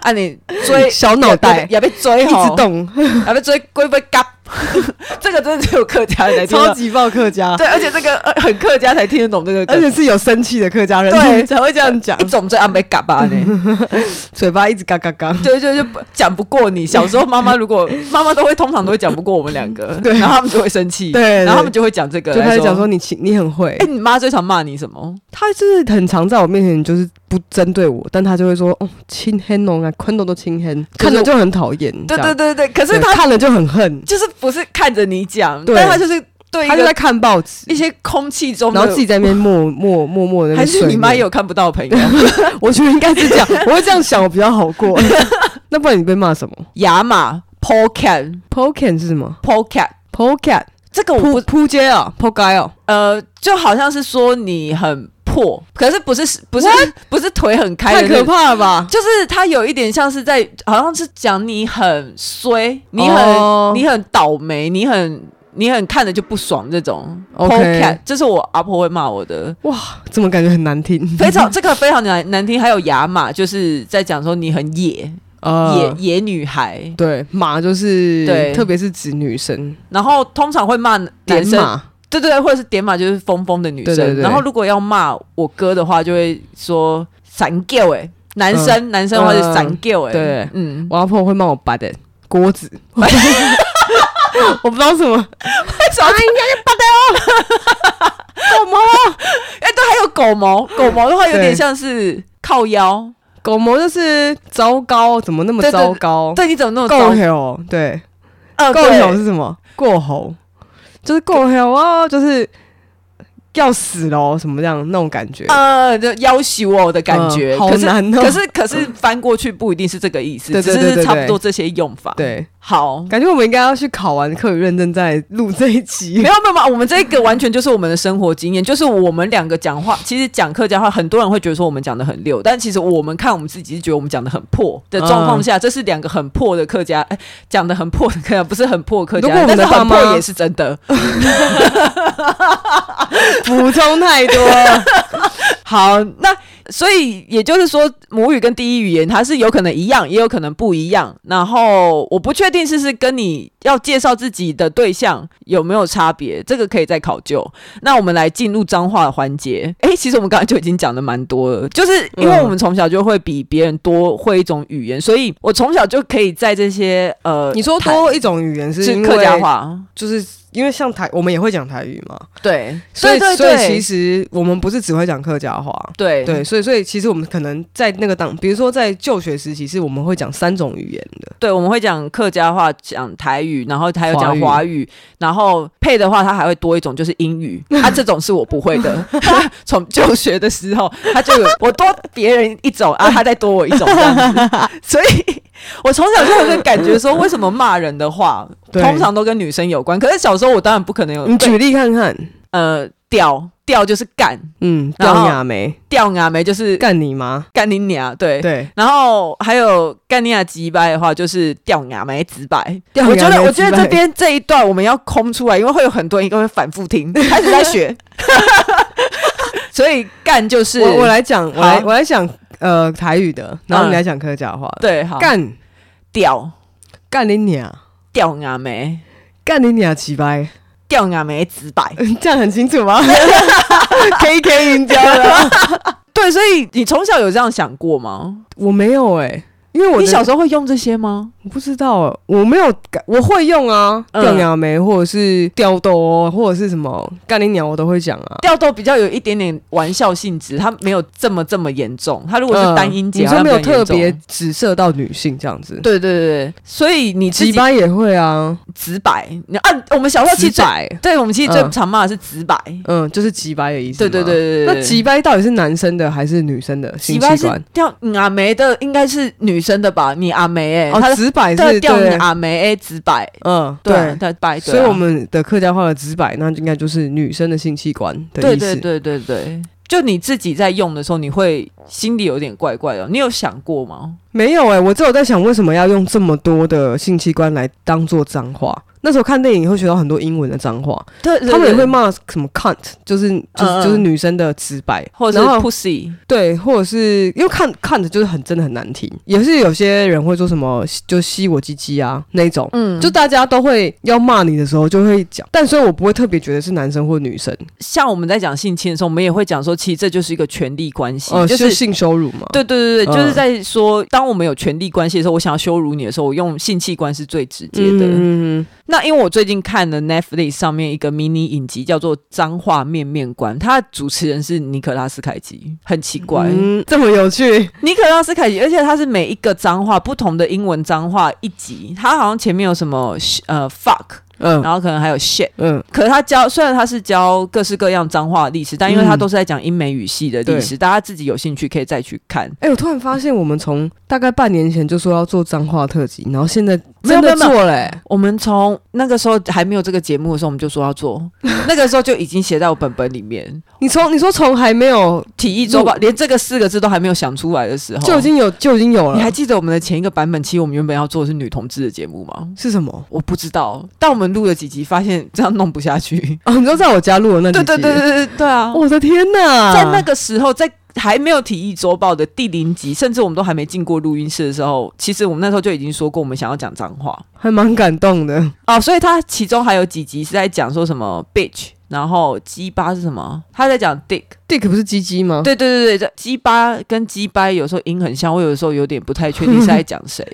[SPEAKER 1] 啊你追
[SPEAKER 2] 小脑袋
[SPEAKER 1] 也被追
[SPEAKER 2] 一
[SPEAKER 1] 吼
[SPEAKER 2] 直，动，
[SPEAKER 1] 也被追龟被 嘎，这个真的只有客家人才听得
[SPEAKER 2] 超级爆客家，
[SPEAKER 1] 对，而且这个呃很客家才听得懂这个梗，
[SPEAKER 2] 而且是有生气的客家人，
[SPEAKER 1] 对
[SPEAKER 2] 才会这样讲
[SPEAKER 1] 一，种最安被嘎巴呢。
[SPEAKER 2] 嘴巴一直嘎嘎嘎。
[SPEAKER 1] 对对，就不讲不过你。小时候妈妈如果 妈妈都会通常都会讲不过我们两个，
[SPEAKER 2] 对
[SPEAKER 1] 然后他们就会生气，
[SPEAKER 2] 对对
[SPEAKER 1] 然后他们就会讲这个，
[SPEAKER 2] 就开始讲说
[SPEAKER 1] 说，
[SPEAKER 2] 你亲你很会
[SPEAKER 1] 哎，，你妈最常骂你什么？
[SPEAKER 2] 他就是很常在我面前就是不针对我，但他就会说哦亲黑农啊，坤农都亲黑，看着就很讨厌，
[SPEAKER 1] 对
[SPEAKER 2] 这
[SPEAKER 1] 对
[SPEAKER 2] 样
[SPEAKER 1] 对对，可是
[SPEAKER 2] 对
[SPEAKER 1] 她
[SPEAKER 2] 看了就很恨，
[SPEAKER 1] 就是不是看着你讲，
[SPEAKER 2] 对
[SPEAKER 1] 但她就是对一
[SPEAKER 2] 他就在
[SPEAKER 1] 个
[SPEAKER 2] 看报纸，
[SPEAKER 1] 一些空气中的，
[SPEAKER 2] 然后自己在那 边默默默默的，
[SPEAKER 1] 还是你妈也有？看不到的朋 友，
[SPEAKER 2] 我觉得应该是这样，我会这样想，我比较好 过。那不然你被骂什么
[SPEAKER 1] 亚马 Pocket
[SPEAKER 2] ？Poken 是什么
[SPEAKER 1] Pocket。
[SPEAKER 2] ？Poket
[SPEAKER 1] 这个我
[SPEAKER 2] 扑
[SPEAKER 1] 不
[SPEAKER 2] 扑街啊，扑街哦，
[SPEAKER 1] 呃，就好像是说你很破，可是不是不是不是腿很开的
[SPEAKER 2] 太
[SPEAKER 1] 那种，
[SPEAKER 2] 可怕了吧？
[SPEAKER 1] 就是他有一点像是在，好像是讲你很衰， 你很、
[SPEAKER 2] 哦
[SPEAKER 1] 你很倒霉，你很你很看着就不爽这种。
[SPEAKER 2] OK
[SPEAKER 1] Polecat，这是我阿婆会骂我 的，
[SPEAKER 2] 怎么感觉很难听？
[SPEAKER 1] 非常这个非常难难听。还有雅马，就是在讲说你很野、
[SPEAKER 2] 呃，
[SPEAKER 1] 野野女孩，
[SPEAKER 2] 对，马就是，
[SPEAKER 1] 对
[SPEAKER 2] 特别是指女生，
[SPEAKER 1] 然后通常会骂男
[SPEAKER 2] 点
[SPEAKER 1] 生，
[SPEAKER 2] 马，
[SPEAKER 1] 对对，或者是点马就是疯疯的女生。
[SPEAKER 2] 对对对
[SPEAKER 1] 然后如果要骂我哥的话，就会说闪 g 哎，男生、男生的话就闪 g 哎，
[SPEAKER 2] 嗯对
[SPEAKER 1] 嗯，
[SPEAKER 2] 我阿婆会骂我白的锅子， 我不知道什 么，
[SPEAKER 1] 啥应该就巴德哦，狗毛啊，哎、对，还有狗毛，狗毛的话有
[SPEAKER 2] 对
[SPEAKER 1] 点像是靠腰，
[SPEAKER 2] 狗毛就是糟糕，怎么那么
[SPEAKER 1] 对对
[SPEAKER 2] 糟糕？
[SPEAKER 1] 对，你怎么那么
[SPEAKER 2] 够
[SPEAKER 1] 糟？
[SPEAKER 2] 吼，对，
[SPEAKER 1] 呃
[SPEAKER 2] 够吼
[SPEAKER 1] 对
[SPEAKER 2] 是什么？过吼，就是够吼啊，就是要死喽，什么这样那种感觉。
[SPEAKER 1] 呃，就要求我的感觉，
[SPEAKER 2] 嗯好
[SPEAKER 1] 可是
[SPEAKER 2] 难哦
[SPEAKER 1] 可是可是翻过去不一定是这个意思，
[SPEAKER 2] 对对对
[SPEAKER 1] 只
[SPEAKER 2] 对
[SPEAKER 1] 是
[SPEAKER 2] 对
[SPEAKER 1] 差不多这些用法。，
[SPEAKER 2] 对，
[SPEAKER 1] 好，
[SPEAKER 2] 感觉我们应该要去考完课语认证再录这一集
[SPEAKER 1] 没。有没有没有，啊我们这个完全就是我们的生活经验，就是我们两个讲话，其实讲客家话，很多人会觉得说我们讲的很溜，但其实我们看我们自己是觉得我们讲的很破
[SPEAKER 2] 嗯
[SPEAKER 1] 的状况下，这是两个很破的客家，哎，讲的很破的客家，不是很破的客家
[SPEAKER 2] 如果
[SPEAKER 1] 人，
[SPEAKER 2] 我
[SPEAKER 1] 但
[SPEAKER 2] 们的
[SPEAKER 1] 是很
[SPEAKER 2] 爸妈
[SPEAKER 1] 破也是真的。
[SPEAKER 2] 补充太多 了，
[SPEAKER 1] 好，那所以也就是说，母语跟第一语言它是有可能一样，也有可能不一样。然后我不确定是不是跟你要介绍自己的对象有没有差别，这个可以再考究。那我们来进入脏话的环节。诶，其实我们刚才就已经讲的蛮多了，就是因为
[SPEAKER 2] 嗯
[SPEAKER 1] 我们从小就会比别人多会一种语言，所以我从小就可以在这些呃，
[SPEAKER 2] 你说
[SPEAKER 1] 台
[SPEAKER 2] 多一种语言是
[SPEAKER 1] 是
[SPEAKER 2] 因
[SPEAKER 1] 客家
[SPEAKER 2] 为
[SPEAKER 1] 话，
[SPEAKER 2] 就是因为像台我们也会讲台语嘛，
[SPEAKER 1] 对，
[SPEAKER 2] 所以
[SPEAKER 1] 对对
[SPEAKER 2] 所以
[SPEAKER 1] 对
[SPEAKER 2] 其实我们不是只会讲客家话。
[SPEAKER 1] 对
[SPEAKER 2] 对，所以所以其实我们可能在那个当，比如说在就学时期，是我们会讲三种语言的。
[SPEAKER 1] 对，我们会讲客家话，讲台语，然后还有
[SPEAKER 2] 华
[SPEAKER 1] 讲
[SPEAKER 2] 语
[SPEAKER 1] 华语，然后配的话，它还会多一种就是英 语。啊，这种是我不会的。 从就学的时候，他就有我多别人一种啊，他再多我一种这样子。所以我从小就有个感觉说，为什么骂人的话
[SPEAKER 2] 对
[SPEAKER 1] 通常都跟女生有关？可是小时候我当然不可能有
[SPEAKER 2] 你举例看看，
[SPEAKER 1] 呃屌屌就是干
[SPEAKER 2] 嗯，
[SPEAKER 1] 然后
[SPEAKER 2] 掉牙没？
[SPEAKER 1] 屌啊，没就是
[SPEAKER 2] 干你妈！
[SPEAKER 1] 干你娘对。
[SPEAKER 2] 对，
[SPEAKER 1] 然后还有干尼亚击败的话，就是掉牙没直白。
[SPEAKER 2] 掉牙
[SPEAKER 1] 我觉得，
[SPEAKER 2] 没
[SPEAKER 1] 我觉得
[SPEAKER 2] 直白
[SPEAKER 1] 这边这一段我们要空出来，因为会有很多人跟会反复听，开始在 学。所以干就是
[SPEAKER 2] 我我来讲，我来
[SPEAKER 1] 好
[SPEAKER 2] 我来讲呃台语的，然后
[SPEAKER 1] 嗯
[SPEAKER 2] 你来讲客家话。
[SPEAKER 1] 对好
[SPEAKER 2] 干
[SPEAKER 1] 掉
[SPEAKER 2] 干你娘！
[SPEAKER 1] 掉牙没
[SPEAKER 2] 干你娘鸡掰！
[SPEAKER 1] 掉牙没直白。
[SPEAKER 2] 这样很清楚吗 ？K K 赢家了，
[SPEAKER 1] 对，所以你从小有这样想过吗？
[SPEAKER 2] 我没有哎，因为我
[SPEAKER 1] 你
[SPEAKER 2] 的
[SPEAKER 1] 小时候会用这些吗？
[SPEAKER 2] 我不知道，我没有感，我会用啊，
[SPEAKER 1] 嗯
[SPEAKER 2] 掉芽梅或者是吊豆哦，或者是什么干你鸟，我都会讲啊。
[SPEAKER 1] 调豆比较有一点点玩笑性质，它没有这么这么严重。它如果是单音节，
[SPEAKER 2] 嗯你
[SPEAKER 1] 它
[SPEAKER 2] 说没有
[SPEAKER 1] 比较
[SPEAKER 2] 特
[SPEAKER 1] 严重
[SPEAKER 2] 别指涉到女性这样子，
[SPEAKER 1] 对对对对，所以你自
[SPEAKER 2] 鸡
[SPEAKER 1] 己
[SPEAKER 2] 巴也会啊，
[SPEAKER 1] 直白，你啊，我们小时候其实
[SPEAKER 2] 鸡
[SPEAKER 1] 最
[SPEAKER 2] 白，
[SPEAKER 1] 对，我们其实最
[SPEAKER 2] 嗯
[SPEAKER 1] 常骂的是直白。
[SPEAKER 2] 嗯，就是鸡巴的意思
[SPEAKER 1] 对
[SPEAKER 2] 嘛。
[SPEAKER 1] 对对对对对，
[SPEAKER 2] 那鸡巴到底是男生的还是女生的
[SPEAKER 1] 几
[SPEAKER 2] 性器
[SPEAKER 1] 巴是
[SPEAKER 2] 官？
[SPEAKER 1] 掉你阿梅的，应该是女生的吧？你阿梅哎、
[SPEAKER 2] 哦，
[SPEAKER 1] 她
[SPEAKER 2] 直白
[SPEAKER 1] 对
[SPEAKER 2] 是
[SPEAKER 1] 掉你
[SPEAKER 2] 对，
[SPEAKER 1] 阿梅哎，直白，
[SPEAKER 2] 嗯，
[SPEAKER 1] 对啊，。对白，对啊
[SPEAKER 2] 所以我们的客家话的直白，那就应该就是女生的性器官的
[SPEAKER 1] 对
[SPEAKER 2] 意思。
[SPEAKER 1] 对对对对，就你自己在用的时候，你会心里有点怪怪哦的，你有想过吗？
[SPEAKER 2] 没有哎、我只有在想为什么要用这么多的性器官来当做脏话。那时候看电影会学到很多英文的脏话，
[SPEAKER 1] 对
[SPEAKER 2] 他们也会，骂什么 cunt，就是就是、
[SPEAKER 1] 嗯嗯
[SPEAKER 2] 就是女生的直白，
[SPEAKER 1] 或者
[SPEAKER 2] 然
[SPEAKER 1] 是
[SPEAKER 2] 后
[SPEAKER 1] pussy，
[SPEAKER 2] 对，或者是因为看看着就是很真的很难听，也是有些人会说什么就吸我鸡鸡啊那种。
[SPEAKER 1] 嗯，
[SPEAKER 2] 就
[SPEAKER 1] 就
[SPEAKER 2] 大家都会要骂你的时候就会讲，但所以我不会特别觉得是男生或女生，
[SPEAKER 1] 像我们在讲性侵的时候，我们也会讲说，其实这就是一个权力关系，
[SPEAKER 2] 呃，
[SPEAKER 1] 就
[SPEAKER 2] 就是
[SPEAKER 1] 是
[SPEAKER 2] 性羞辱嘛。
[SPEAKER 1] 对对对对，
[SPEAKER 2] 嗯
[SPEAKER 1] 就是在说，当我们有权力关系的时候，我想要羞辱你的时候，我用性器官是最直接
[SPEAKER 2] 嗯，
[SPEAKER 1] 的。
[SPEAKER 2] 嗯嗯
[SPEAKER 1] 那因为我最近看了 Netflix 上面一个迷你影集，叫做《脏话面面观》，它的主持人是尼可拉斯凯奇，很奇怪，
[SPEAKER 2] 嗯，这么有趣，
[SPEAKER 1] 尼可拉斯凯奇，而且它是每一个脏话不同的英文脏话一集，它好像前面有什么呃 fuck，
[SPEAKER 2] 嗯
[SPEAKER 1] 然后可能还有 shit。
[SPEAKER 2] 嗯，
[SPEAKER 1] 可是他教虽然他是教各式各样脏话的历史，但因为
[SPEAKER 2] 嗯
[SPEAKER 1] 他都是在讲英美语系的历史，大家自己有兴趣可以再去看。
[SPEAKER 2] 哎、我突然发现，我们从大概半年前就说要做脏话特辑，然后现在
[SPEAKER 1] 没有
[SPEAKER 2] 真的
[SPEAKER 1] 没有没有
[SPEAKER 2] 做了、欸。
[SPEAKER 1] 我们从那个时候还没有这个节目的时候，我们就说要做，那个时候就已经写在我本本里面。
[SPEAKER 2] 你从你说从还没有
[SPEAKER 1] 体育周报连这个四个字都还没有想出来的时候，
[SPEAKER 2] 就已经有就已经有了，
[SPEAKER 1] 你还记得我们的前一个版本？其实我们原本要做的是女同志的节目吗？
[SPEAKER 2] 是什么？
[SPEAKER 1] 我不知道，但我们录了几集，发现这样弄不下去。
[SPEAKER 2] 哦，你说在我家录的那
[SPEAKER 1] 对
[SPEAKER 2] 几
[SPEAKER 1] 对
[SPEAKER 2] 集哦
[SPEAKER 1] 对对对对啊！
[SPEAKER 2] 我的天哪，
[SPEAKER 1] 在那个时候，在还没有体育周报的第零集，甚至我们都还没进过录音室的时候，其实我们那时候就已经说过，我们想要讲脏话
[SPEAKER 2] 还蛮感动的。
[SPEAKER 1] 哦。所以他其中还有几集是在讲说什么 bitch，然后鸡巴是什么？他在讲 dick。
[SPEAKER 2] Dick 不是鸡鸡吗？
[SPEAKER 1] 对对对对，鸡巴跟鸡掰有时候音很像，我有时候有点不太确定是在讲 谁。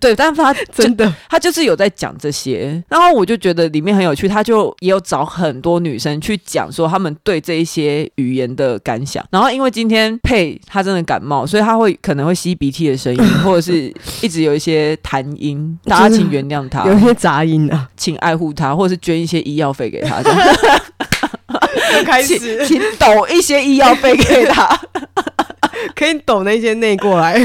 [SPEAKER 1] 对，但是他
[SPEAKER 2] 真的，
[SPEAKER 1] 他就是有在讲这些，然后我就觉得里面很有趣，他就也有找很多女生去讲说他们对这一些语言的感想。然后因为今天佩她真的感冒，所以她会可能会吸鼻涕的声音，或者是一直有一些痰 音，大家请原谅她，
[SPEAKER 2] 有一些杂音啊，
[SPEAKER 1] 请爱护她，或者是捐一些医药费给她。 这样
[SPEAKER 2] 开
[SPEAKER 1] 请请抖一些医药费给 她。
[SPEAKER 2] 可以抖那些内过来。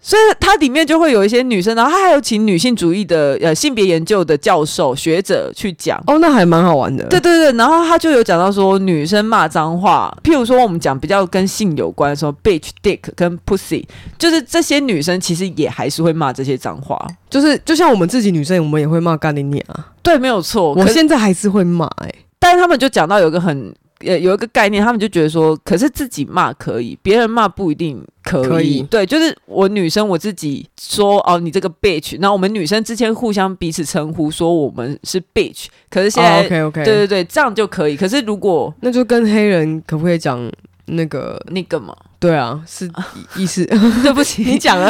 [SPEAKER 1] 所以它里面就会有一些女生，然后她还有请女性主义的呃性别研究的教授学者去讲。
[SPEAKER 2] 哦，那还蛮好玩的。
[SPEAKER 1] 对，对对，然后他就有讲到说，女生骂脏话，譬如说我们讲比较跟性有关的时候，bitch、dick 跟 pussy，就是这些女生其实也还是会骂这些脏话。
[SPEAKER 2] 就是就像我们自己女生，我们也会骂干你娘啊，
[SPEAKER 1] 对，没有错。
[SPEAKER 2] 我
[SPEAKER 1] 可是，
[SPEAKER 2] 现在还是会骂哎、
[SPEAKER 1] 但是他们就讲到有一个很呃有一个概念，他们就觉得说，可是自己骂可以，别人骂不一定可以。
[SPEAKER 2] 可以
[SPEAKER 1] 对，就是我女生我自己说哦，你这个 bitch，那我们女生之间互相彼此称呼说我们是 bitch，可是现在、
[SPEAKER 2] OK OK，
[SPEAKER 1] 对对对，这样就可以。可是如果
[SPEAKER 2] 哦那就跟黑人可不可以讲那个？
[SPEAKER 1] 那个 嘛，
[SPEAKER 2] 对啊，是意 思。
[SPEAKER 1] 对不起， 你讲了。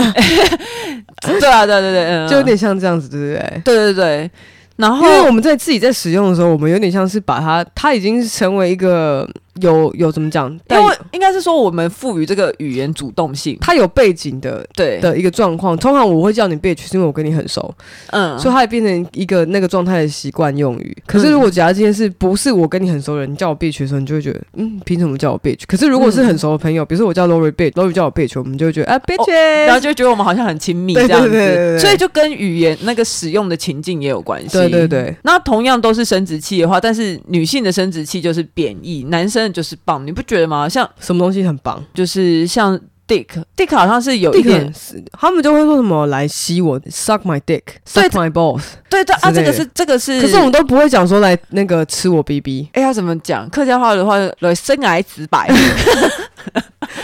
[SPEAKER 1] 对啊，对对对，嗯、
[SPEAKER 2] 就有点像这样子，对不对？哦
[SPEAKER 1] 对对对。然后
[SPEAKER 2] 因为我们在自己在使用的时候，我们有点像是把它，它已经成为一个有有怎么讲，
[SPEAKER 1] 因
[SPEAKER 2] 但
[SPEAKER 1] 为应该是说我们赋予这个语言主动性，
[SPEAKER 2] 它有背景的
[SPEAKER 1] 对，
[SPEAKER 2] 的一个状况。通常我会叫你 bitch，是因为我跟你很熟，
[SPEAKER 1] 嗯，
[SPEAKER 2] 所以它也变成一个那个状态的习惯用语。可是如果假如今天是不是我跟你很熟的人你叫我 bitch 的时候，你就会觉得，嗯，凭什么叫我 bitch？可是如果是很熟的朋友，比如说我叫 Lori bitch，Lori 叫我 bitch，我们就会觉得啊 bitch，、
[SPEAKER 1] 然后就觉得我们好像很亲密这
[SPEAKER 2] 对对
[SPEAKER 1] 样子，
[SPEAKER 2] 对对对
[SPEAKER 1] 所以就跟语言那个使用的情境也有关系。
[SPEAKER 2] 对对。对。
[SPEAKER 1] 那同样都是生殖器的话，但是女性的生殖器就是贬义，男生的就是棒，你不觉得吗？像
[SPEAKER 2] 什么东西很棒？
[SPEAKER 1] 就是像 dick，dick 好像是有一
[SPEAKER 2] Dick
[SPEAKER 1] 点，
[SPEAKER 2] 很他们就会说什么来吸我，suck my dick，suck my balls。
[SPEAKER 1] 对对啊，
[SPEAKER 2] 之
[SPEAKER 1] 这
[SPEAKER 2] 类
[SPEAKER 1] 个
[SPEAKER 2] 的
[SPEAKER 1] 是这个是，
[SPEAKER 2] 可是我们都不会讲说来那个吃 我 BB，
[SPEAKER 1] 哎要怎么讲客家话的话，来生来直白，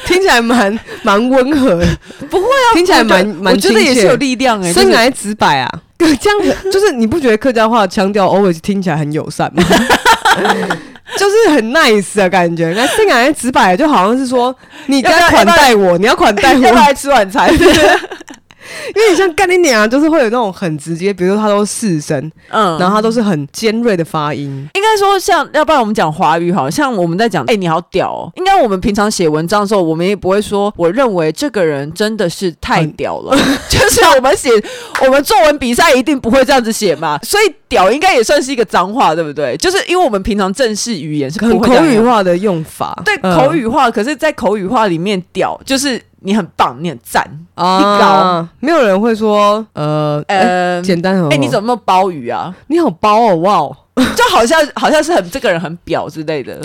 [SPEAKER 2] 听起来蛮蛮温和的，
[SPEAKER 1] 不会啊，
[SPEAKER 2] 听起来
[SPEAKER 1] 我觉得
[SPEAKER 2] 蛮蛮
[SPEAKER 1] 我觉得也
[SPEAKER 2] 亲切
[SPEAKER 1] 是有力量哎，
[SPEAKER 2] 生来直白啊。这样 就是你不觉得客家话腔调 always 听起来很友 善吗？就是很 nice 的感觉，那生来直白就好像是说你
[SPEAKER 1] 要不要
[SPEAKER 2] 该款待我，你要款待
[SPEAKER 1] 就是 要
[SPEAKER 2] 我，
[SPEAKER 1] 不要来吃晚餐？
[SPEAKER 2] 因为你像干你娘，就是会有那种很直接，比如说他都是四声，
[SPEAKER 1] 嗯，
[SPEAKER 2] 然后他都是很尖锐的发音，
[SPEAKER 1] 应该说像，要不然我们讲华语好，像我们在讲，哎、你好屌哦。应该我们平常写文章的时候，我们也不会说，我认为这个人真的是太屌 了。就是我们写我们作文比赛一定不会这样子写嘛，所以屌应该也算是一个脏话，对不对？就是因为我们平常正式语言是不
[SPEAKER 2] 很
[SPEAKER 1] 会这样
[SPEAKER 2] 口
[SPEAKER 1] 用
[SPEAKER 2] 语，化的用法，
[SPEAKER 1] 对、
[SPEAKER 2] 嗯
[SPEAKER 1] 口语化。可是，在口语化里面，屌就是你很棒，你很赞。
[SPEAKER 2] 啊，
[SPEAKER 1] 你搞
[SPEAKER 2] 没有人会说呃呃
[SPEAKER 1] 呃，
[SPEAKER 2] 简单很
[SPEAKER 1] 哎、你怎么那么包鱼啊？
[SPEAKER 2] 你好包哦哇哦，
[SPEAKER 1] 就好像好像是很这个人很婊之类 的，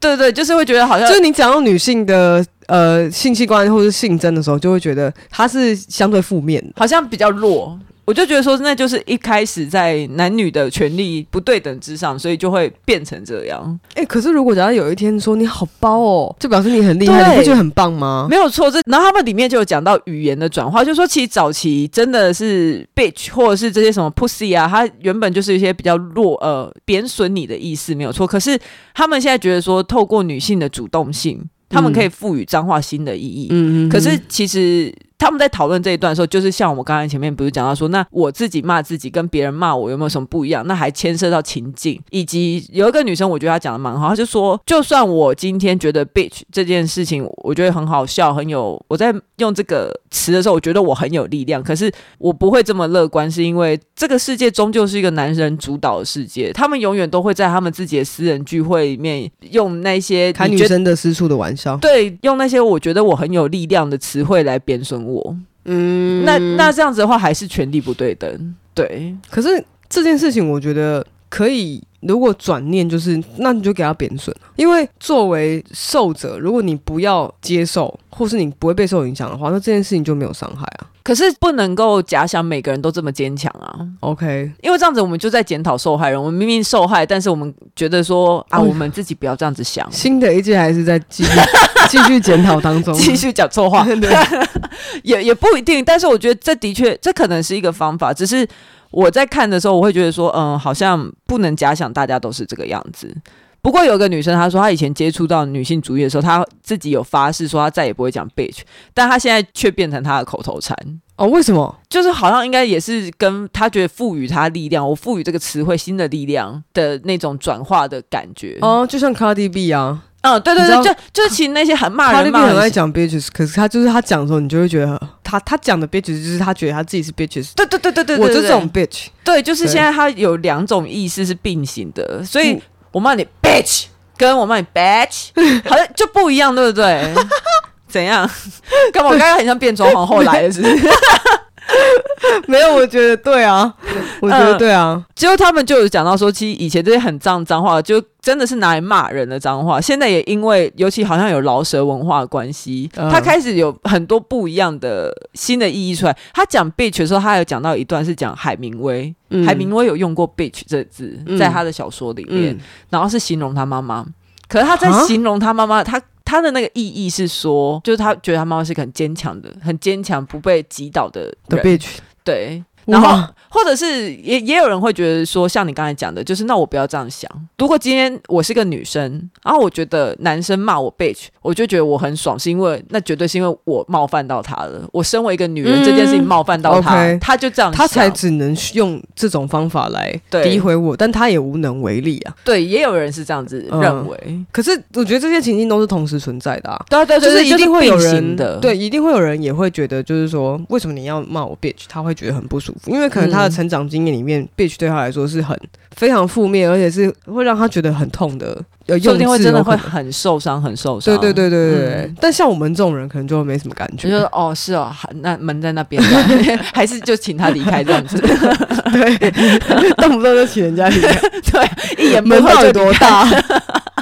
[SPEAKER 1] 对对，就是会觉得好像
[SPEAKER 2] 就是你讲到女性的呃性器官或是性征的时候，就会觉得它是相对负面的。
[SPEAKER 1] 好像比较弱。我就觉得说，那就是一开始在男女的权利不对等之上，所以就会变成这样，
[SPEAKER 2] 哎、可是如果假如有一天说你好包哦，就表示你很厉
[SPEAKER 1] 对
[SPEAKER 2] 害，你不觉得很棒吗？
[SPEAKER 1] 没有错。这然后他们里面就有讲到语言的转化，就说其实早期真的是 bitch 或者是这些什么 pussy 啊，它原本就是一些比较弱呃贬损你的意思，没有错。可是他们现在觉得说，透过女性的主动性，他们可以赋予脏话新的意义。
[SPEAKER 2] 嗯
[SPEAKER 1] 可是其实他们在讨论这一段的时候，就是像我们刚才前面不是讲到说，那我自己骂自己跟别人骂我有没有什么不一样？那还牵涉到情境，以及有一个女生，我觉得她讲的蛮好，她就说，就算我今天觉得 bitch 这件事情，我觉得很好笑，很有我在用这个词的时候，我觉得我很有力量，可是我不会这么乐观，是因为这个世界终究是一个男人主导的世界，他们永远都会在他们自己的私人聚会里面用那些
[SPEAKER 2] 开
[SPEAKER 1] 你
[SPEAKER 2] 女
[SPEAKER 1] 觉得
[SPEAKER 2] 生的私处的玩笑，
[SPEAKER 1] 对，用那些我觉得我很有力量的词汇来贬损我。
[SPEAKER 2] 嗯
[SPEAKER 1] 那那这样子的话，还是权力不对等。对，
[SPEAKER 2] 可是这件事情，我觉得可以。如果转念就是，那你就给他贬损，因为作为受者，如果你不要接受，或是你不会被受影响的话，那这件事情就没有伤害啊。
[SPEAKER 1] 可是不能够假想每个人都这么坚强啊，
[SPEAKER 2] OK，
[SPEAKER 1] 因为这样子我们就在检讨受害人。我们明明受害，但是我们觉得说啊，
[SPEAKER 2] 嗯
[SPEAKER 1] 我们自己不要这样子想。
[SPEAKER 2] 新的一季还是在继续 继续检讨当中，
[SPEAKER 1] 继续讲错 话， 也也不一定。但是我觉得这的确，这可能是一个方法。只是我在看的时候，我会觉得说，嗯，好像不能假想大家都是这个样子。不过有个女生，她说她以前接触到女性主义的时候，她自己有发誓说她再也不会讲 bitch，但她现在却变成她的口头禅，
[SPEAKER 2] 哦，为什么？
[SPEAKER 1] 就是好像应该也是跟她觉得赋予她力量，我赋予这个词汇新的力量的那种转化的感觉。哦，
[SPEAKER 2] 哦，就像 Cardi B 啊
[SPEAKER 1] 嗯，对对
[SPEAKER 2] 你知
[SPEAKER 1] 对，
[SPEAKER 2] 道
[SPEAKER 1] 就就是其实那些很骂人
[SPEAKER 2] ，Cardi B
[SPEAKER 1] 骂
[SPEAKER 2] 很
[SPEAKER 1] 人
[SPEAKER 2] 爱讲 bitches，可是他就是他讲的时候，你就会觉得他他讲的 bitches 就是他觉得他自己是 bitches，
[SPEAKER 1] 对对对对对，
[SPEAKER 2] 我
[SPEAKER 1] 对
[SPEAKER 2] 就
[SPEAKER 1] 对
[SPEAKER 2] 这种 bitch，
[SPEAKER 1] 对，就是
[SPEAKER 2] 对
[SPEAKER 1] 现在它有两种意思是并行的，所以
[SPEAKER 2] 嗯
[SPEAKER 1] 我骂你 bitch，跟我骂你 bitch，好像就不一样，对不对？怎样？干嘛？我刚刚很像变装皇后来的是不是？
[SPEAKER 2] 没有， 我觉得对啊，我觉得
[SPEAKER 1] 嗯
[SPEAKER 2] 对啊，
[SPEAKER 1] 结果他们就有讲到说，其实以前这些很脏的脏话，就真的是拿来骂人的脏话。现在也因为，尤其好像有饶舌文化的关系，
[SPEAKER 2] 嗯
[SPEAKER 1] 他开始有很多不一样的新的意义出来。他讲 bitch 的时候，他有讲到一段是讲海明威，
[SPEAKER 2] 嗯
[SPEAKER 1] 海明威有用过 bitch 这个字，
[SPEAKER 2] 嗯
[SPEAKER 1] 在他的小说里面。
[SPEAKER 2] 嗯
[SPEAKER 1] 然后是形容他妈妈。可是他在
[SPEAKER 2] 啊
[SPEAKER 1] 形容他妈妈，他他的那个意义是说，就是他觉得他妈妈是个很坚强的、很坚强不被击倒的
[SPEAKER 2] ，the
[SPEAKER 1] 人。
[SPEAKER 2] bitch。
[SPEAKER 1] 对，然后或者是也也有人会觉得说，像你刚才讲的，就是那我不要这样想。如果今天我是个女生，然后我觉得男生骂我 bitch，我就觉得我很爽，是因为那绝对是因为我冒犯到他了。我身为一个女人，
[SPEAKER 2] 嗯
[SPEAKER 1] 这件事情冒犯到他，
[SPEAKER 2] OK
[SPEAKER 1] 他就这样想，
[SPEAKER 2] 他才只能用这种方法来
[SPEAKER 1] 对
[SPEAKER 2] 诋毁我，但他也无能为力啊。
[SPEAKER 1] 对。也有人是这样子认为，
[SPEAKER 2] 可是我觉得这些情境都是同时存在的嗯啊。
[SPEAKER 1] 对对对，
[SPEAKER 2] 就是
[SPEAKER 1] 对
[SPEAKER 2] 一定会有
[SPEAKER 1] 并行
[SPEAKER 2] 人
[SPEAKER 1] 的，
[SPEAKER 2] 对，一定会有人也会觉得，就是说，为什么你要骂我 bitch？他会觉得很不舒服，因为可能他的
[SPEAKER 1] 嗯
[SPEAKER 2] 成长经验里面、bitch 对他来说是很非常负面，而且是会让他觉得很痛的，呃，
[SPEAKER 1] 说不
[SPEAKER 2] 用
[SPEAKER 1] 定
[SPEAKER 2] 字
[SPEAKER 1] 会真的
[SPEAKER 2] 有可
[SPEAKER 1] 会
[SPEAKER 2] 能
[SPEAKER 1] 很受伤，很受伤。
[SPEAKER 2] 对对对对对。对
[SPEAKER 1] 嗯
[SPEAKER 2] 但像我们这种人，可能就没什么感
[SPEAKER 1] 就
[SPEAKER 2] 觉
[SPEAKER 1] 觉。得哦，是哦，好那门在那边， 还是就请他离开这样 子。
[SPEAKER 2] 对，动不动就请人家 离开，
[SPEAKER 1] 对，一言不
[SPEAKER 2] 门到
[SPEAKER 1] 合
[SPEAKER 2] 底
[SPEAKER 1] 就
[SPEAKER 2] 多
[SPEAKER 1] 离开？
[SPEAKER 2] 大？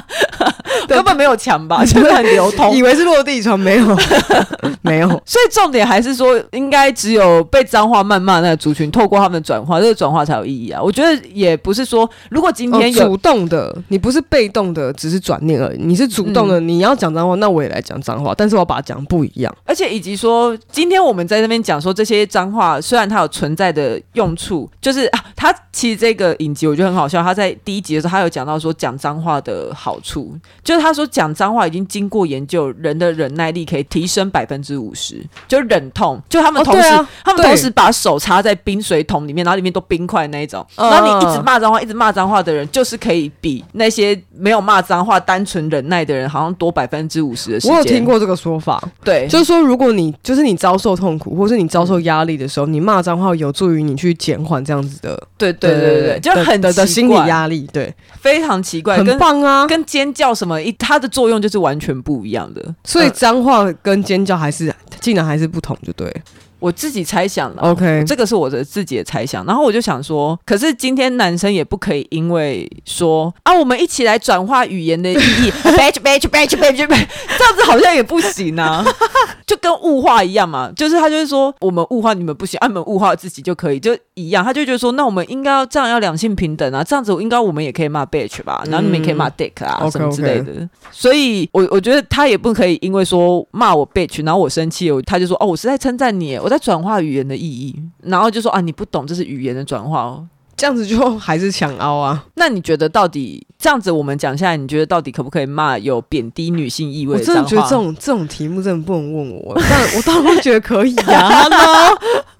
[SPEAKER 1] 根本没有墙吧，就是很流通
[SPEAKER 2] 以。为是落地窗，没有， 没有。
[SPEAKER 1] 所以重点还是说，应该只有被脏话谩骂那个族群，透过他们的转化，这个转化才有意义啊。我觉得也不是说，如果今
[SPEAKER 2] 哦
[SPEAKER 1] 天有、
[SPEAKER 2] 主动的，你不是被动的，只是转念而已。你是主动的，
[SPEAKER 1] 嗯
[SPEAKER 2] 你要讲脏话，那我也来讲脏话，但是我要把它讲不一样。
[SPEAKER 1] 而且以及说，今天我们在那边讲说这些脏话，虽然它有存在的用处，就是啊，它其实这个影集我觉得很好笑。他在第一集的时候，他有讲到说讲脏话的好处，就是他说讲脏话已经经过研究，人的忍耐力可以提升百分之五十，就忍痛，就他们
[SPEAKER 2] 哦
[SPEAKER 1] 同时、
[SPEAKER 2] 对啊
[SPEAKER 1] 他们
[SPEAKER 2] 对
[SPEAKER 1] 同时把手插在冰水桶里面，然后里面都冰块那一种，
[SPEAKER 2] 嗯
[SPEAKER 1] 然后你一直骂脏话，一直骂脏话的人，就是可以比那些没有骂脏话、单纯忍耐的人，好像多百分之五十的时间。
[SPEAKER 2] 我有听，过这个说法，
[SPEAKER 1] 对，
[SPEAKER 2] 就是说，如果你就是你遭受痛苦，或是你遭受压力的时候，你骂脏话有助于你去减缓这样子的，
[SPEAKER 1] 对对对对，就很
[SPEAKER 2] 的的
[SPEAKER 1] 奇
[SPEAKER 2] 心理
[SPEAKER 1] 怪
[SPEAKER 2] 压力，对，
[SPEAKER 1] 非常奇怪，
[SPEAKER 2] 很
[SPEAKER 1] 跟
[SPEAKER 2] 棒啊。
[SPEAKER 1] 跟尖叫什么一，它的作用就是完全不一样的。呃
[SPEAKER 2] 所以脏话跟尖叫还是竟然还是不同，就对。
[SPEAKER 1] 我自己猜想了
[SPEAKER 2] OK，
[SPEAKER 1] 这个是我的自己的猜想。然后我就想说，可是今天男生也不可以因为说啊，我们一起来转化语言的意义，bitch bitch bitch bitch bitch，这 样子好像也不行啊， 就跟物化一样嘛。就是他就会说，我们物化你们不行，啊，你们物化自己就可以，就一样。他就觉得说，那我们应该要这样，要两性平等啊，这样子应该我们也可以骂 bitch 吧，然后你们也可以骂 dick 啊、
[SPEAKER 2] OK，
[SPEAKER 1] 什么之类的。所以我我觉得他也不可以因为说骂我 bitch，然后我生气，我他就说哦，我是在称赞你，我在转化语言的意义，然后就说啊，你不懂这是语言的转化哦。
[SPEAKER 2] 这样子就还是强凹啊。
[SPEAKER 1] 那你觉得到底这样子我们讲下来，你觉得到底可不可以骂有贬低女性意味
[SPEAKER 2] 我
[SPEAKER 1] 的
[SPEAKER 2] 真
[SPEAKER 1] 脏
[SPEAKER 2] 的
[SPEAKER 1] 话？
[SPEAKER 2] 觉得这种这种题目真的不能问我， 但我当然会觉得可以 呀、啊，Hello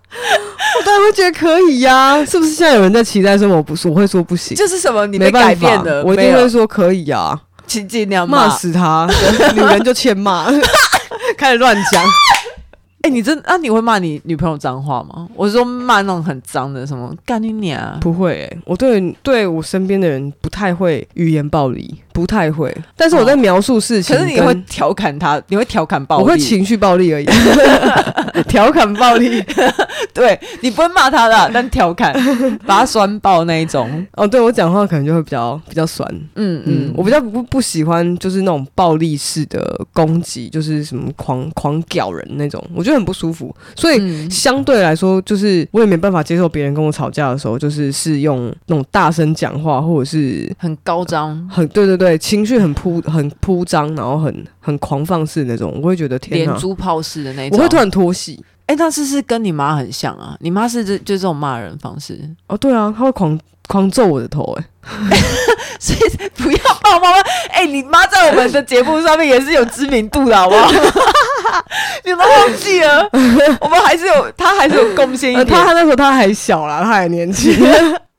[SPEAKER 2] 我当然会觉得可以呀、是不是？现在有人在期待说我不是，我会说不行，
[SPEAKER 1] 这是什么？你
[SPEAKER 2] 没
[SPEAKER 1] 被
[SPEAKER 2] 办
[SPEAKER 1] 改
[SPEAKER 2] 法
[SPEAKER 1] 变了，
[SPEAKER 2] 我一定
[SPEAKER 1] 没有
[SPEAKER 2] 会说可以呀、啊，
[SPEAKER 1] 请尽量
[SPEAKER 2] 骂。死他，女人就欠骂， 开始乱讲。
[SPEAKER 1] 哎、你真那、你会骂你女朋友脏话吗？我是说骂那种很脏的，什么干你娘！
[SPEAKER 2] 不会、欸，我对对我身边的人不太会语言暴力，不太会。但是我在
[SPEAKER 1] 哦
[SPEAKER 2] 描述事情
[SPEAKER 1] 可
[SPEAKER 2] 跟，
[SPEAKER 1] 是你会调侃他，你会调侃暴力，
[SPEAKER 2] 我会情绪暴力而已， 调侃暴力。
[SPEAKER 1] 对你不会骂他的啊， 但调侃，把他酸爆那一种。
[SPEAKER 2] 哦，对我讲话可能就会比较比较酸。
[SPEAKER 1] 嗯
[SPEAKER 2] 嗯
[SPEAKER 1] 嗯，，
[SPEAKER 2] 我比较不不喜欢就是那种暴力式的攻击，就是什么狂狂屌人那种，我觉得很不舒服。所以、
[SPEAKER 1] 嗯
[SPEAKER 2] 相对来说，就是我也没办法接受别人跟我吵架的时候，就是是用那种大声讲话，或者是
[SPEAKER 1] 很高张，
[SPEAKER 2] 很对对对，情绪很铺很铺张，然后很很狂放式那种，我会觉得天
[SPEAKER 1] 连
[SPEAKER 2] 哪，
[SPEAKER 1] 珠炮式的那
[SPEAKER 2] 我
[SPEAKER 1] 种。
[SPEAKER 2] 会突然脱戏。
[SPEAKER 1] 哎，那是是跟你妈很像啊，你妈是这就这种骂人方式，
[SPEAKER 2] 哦，对啊，他会狂狂揍我的头、欸，
[SPEAKER 1] 所以 不要抱妈妈。哎，你妈在我们的节目上面也是有知名度的，好不好？ 你们忘记了，我们还是有，她还是有贡献 一
[SPEAKER 2] 哎、呃，他
[SPEAKER 1] 点。
[SPEAKER 2] 他那时候他还小啦，他还 年轻。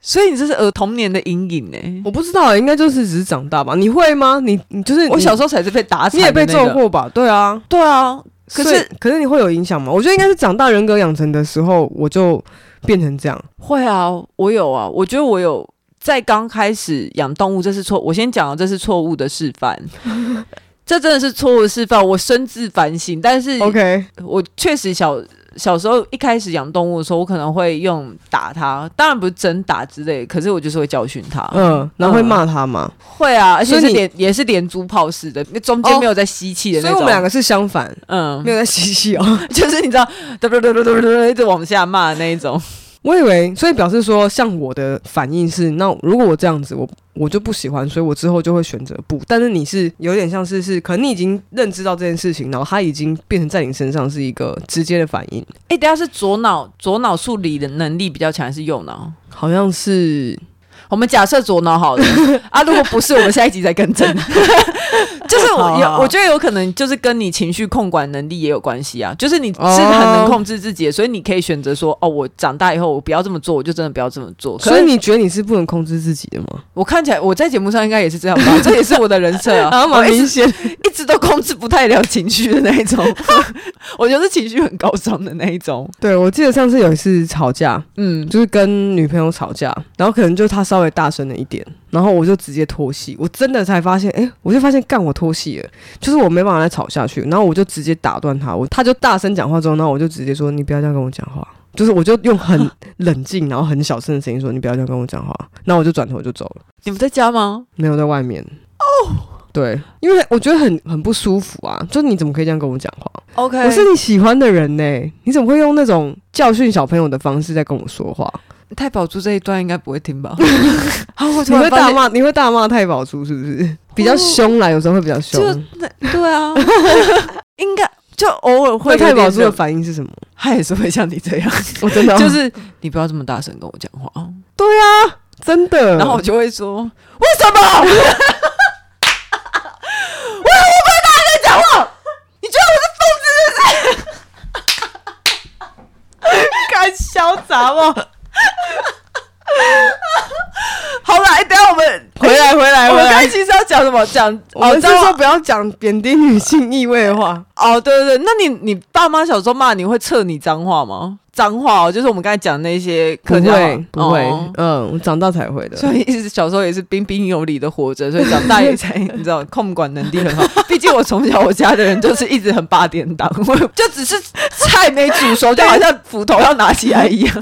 [SPEAKER 1] 所以你这是儿童年的阴影呢。
[SPEAKER 2] 我不知道，应该就是只是长大吧？你会吗？你你就是
[SPEAKER 1] 我
[SPEAKER 2] 你
[SPEAKER 1] 小时候才是被打惨，
[SPEAKER 2] 你也被揍。过吧？对啊，
[SPEAKER 1] 对啊，可
[SPEAKER 2] 所以
[SPEAKER 1] 是
[SPEAKER 2] 可是你会有影响吗？我觉得应该是长大人格养成的时候，我就变成这样。
[SPEAKER 1] 会啊，我有啊，我觉得我有在刚开始养动物，这是错，我先讲，这是错误的示范。 这真的是错误的示范，我深自反省。但是
[SPEAKER 2] OK，
[SPEAKER 1] 我确实小小时候一开始养动物的时候，我可能会用打它，当然不是真打之类，可是我就是会教训它。
[SPEAKER 2] 嗯，然后会骂他嘛？
[SPEAKER 1] 会啊，而且
[SPEAKER 2] 所以
[SPEAKER 1] 是
[SPEAKER 2] 你
[SPEAKER 1] 连也是连珠炮式的，中间
[SPEAKER 2] 哦
[SPEAKER 1] 没有在吸气的那
[SPEAKER 2] 所以
[SPEAKER 1] 种。
[SPEAKER 2] 我们两个是相反，
[SPEAKER 1] 嗯
[SPEAKER 2] 没，有在嬉戏哦。
[SPEAKER 1] 就是你知道，嘟嘟嘟嘟嘟嘟一直往下骂的那一种。
[SPEAKER 2] 我以为，所以表示说，像我的反应是，那如果我这样子，我我就不喜欢，所以我之后就会选择不。但是你是有点像是是，可能你已经认知到这件事情，然后它已经变成在你身上是一个直接的反应，
[SPEAKER 1] 哎，等一下是左脑左脑处理的能力比较强，还是右脑？
[SPEAKER 2] 好像是
[SPEAKER 1] 我们假设左脑好 了啊，如果不是，我们下一集再更正。就是
[SPEAKER 2] 啊
[SPEAKER 1] 我有，我觉得有可能就是跟你情绪控管能力也有关系啊。就是你是
[SPEAKER 2] 哦
[SPEAKER 1] 很能控制自己的所以你可以选择说，哦，我长大以后我不要这么做，我就真的不要这么做。可
[SPEAKER 2] 所以你觉得你是不能控制自己的吗？
[SPEAKER 1] 我看起来我在节目上应该也是这样吧，这也是我的人 设啊。
[SPEAKER 2] 然后
[SPEAKER 1] 我
[SPEAKER 2] 蛮
[SPEAKER 1] 一
[SPEAKER 2] 明
[SPEAKER 1] 直
[SPEAKER 2] 显，
[SPEAKER 1] 一直都控制不太了情绪的那一 种，我就是情绪很高涨的那一种。
[SPEAKER 2] 对我记得上次有一次吵架，
[SPEAKER 1] 嗯，
[SPEAKER 2] 就是跟女朋友吵架，然后可能就她稍微大声了一点，然后我就直接脱戏，我真的才发现，哎、我就发现干我脱戏了，就是我没办法再吵下去，然后我就直接打断她，我她就大声讲话之后，然后我就直接说你不要这样跟我讲话，就是我就用很冷静，然后很小声的声音说你不要这样跟我讲话，然后我就转头就走了，
[SPEAKER 1] 你们在家吗？
[SPEAKER 2] 没有在外面哦，对，因为我觉得很很不舒服啊，就你怎么可以这样跟我讲话？
[SPEAKER 1] OK，
[SPEAKER 2] 我是你喜欢的人呢、你怎么会用那种教训小朋友的方式在跟我说话？
[SPEAKER 1] 太宝珠这一段应该不会听 吧？啊，我突
[SPEAKER 2] 你
[SPEAKER 1] 然
[SPEAKER 2] 会
[SPEAKER 1] 发
[SPEAKER 2] 大
[SPEAKER 1] 现
[SPEAKER 2] 骂，你会大骂太保猪是不是？比较凶啦，有时候会比较凶。
[SPEAKER 1] 就那对 啊，应该就偶尔会有
[SPEAKER 2] 那太
[SPEAKER 1] 点
[SPEAKER 2] 保猪的
[SPEAKER 1] 忍
[SPEAKER 2] 反应是什么？
[SPEAKER 1] 他也是会像你这样，
[SPEAKER 2] 我真的哦嗯
[SPEAKER 1] 就是你不要这么大声跟我讲话啊。
[SPEAKER 2] 真的。
[SPEAKER 1] 然后我就会说，为什么？ 我我不会大声讲话，你觉得我是疯子是不是？敢潇洒吗？
[SPEAKER 2] 哦
[SPEAKER 1] 好啦，哎等一下我们
[SPEAKER 2] 回来，回来，
[SPEAKER 1] 我
[SPEAKER 2] 回
[SPEAKER 1] 们刚才
[SPEAKER 2] 来。
[SPEAKER 1] 其实要讲什么？讲
[SPEAKER 2] 我们是
[SPEAKER 1] 脏话
[SPEAKER 2] 说不要讲贬低女性意味的话。
[SPEAKER 1] 哦，对对对，那你你爸妈小时候骂你会测你脏话吗？脏话、哦、就是我们刚才讲那些
[SPEAKER 2] 不
[SPEAKER 1] 客家话
[SPEAKER 2] 会，不会
[SPEAKER 1] 哦，
[SPEAKER 2] 啊嗯，我长大才会的。
[SPEAKER 1] 所以一直小时候也是彬彬有礼的活着，所以长大也才你知道控管能力很好。 毕竟我从小我家的人就是一直很八点 档，我就只是菜没煮熟，就好像斧头要拿起来一 样，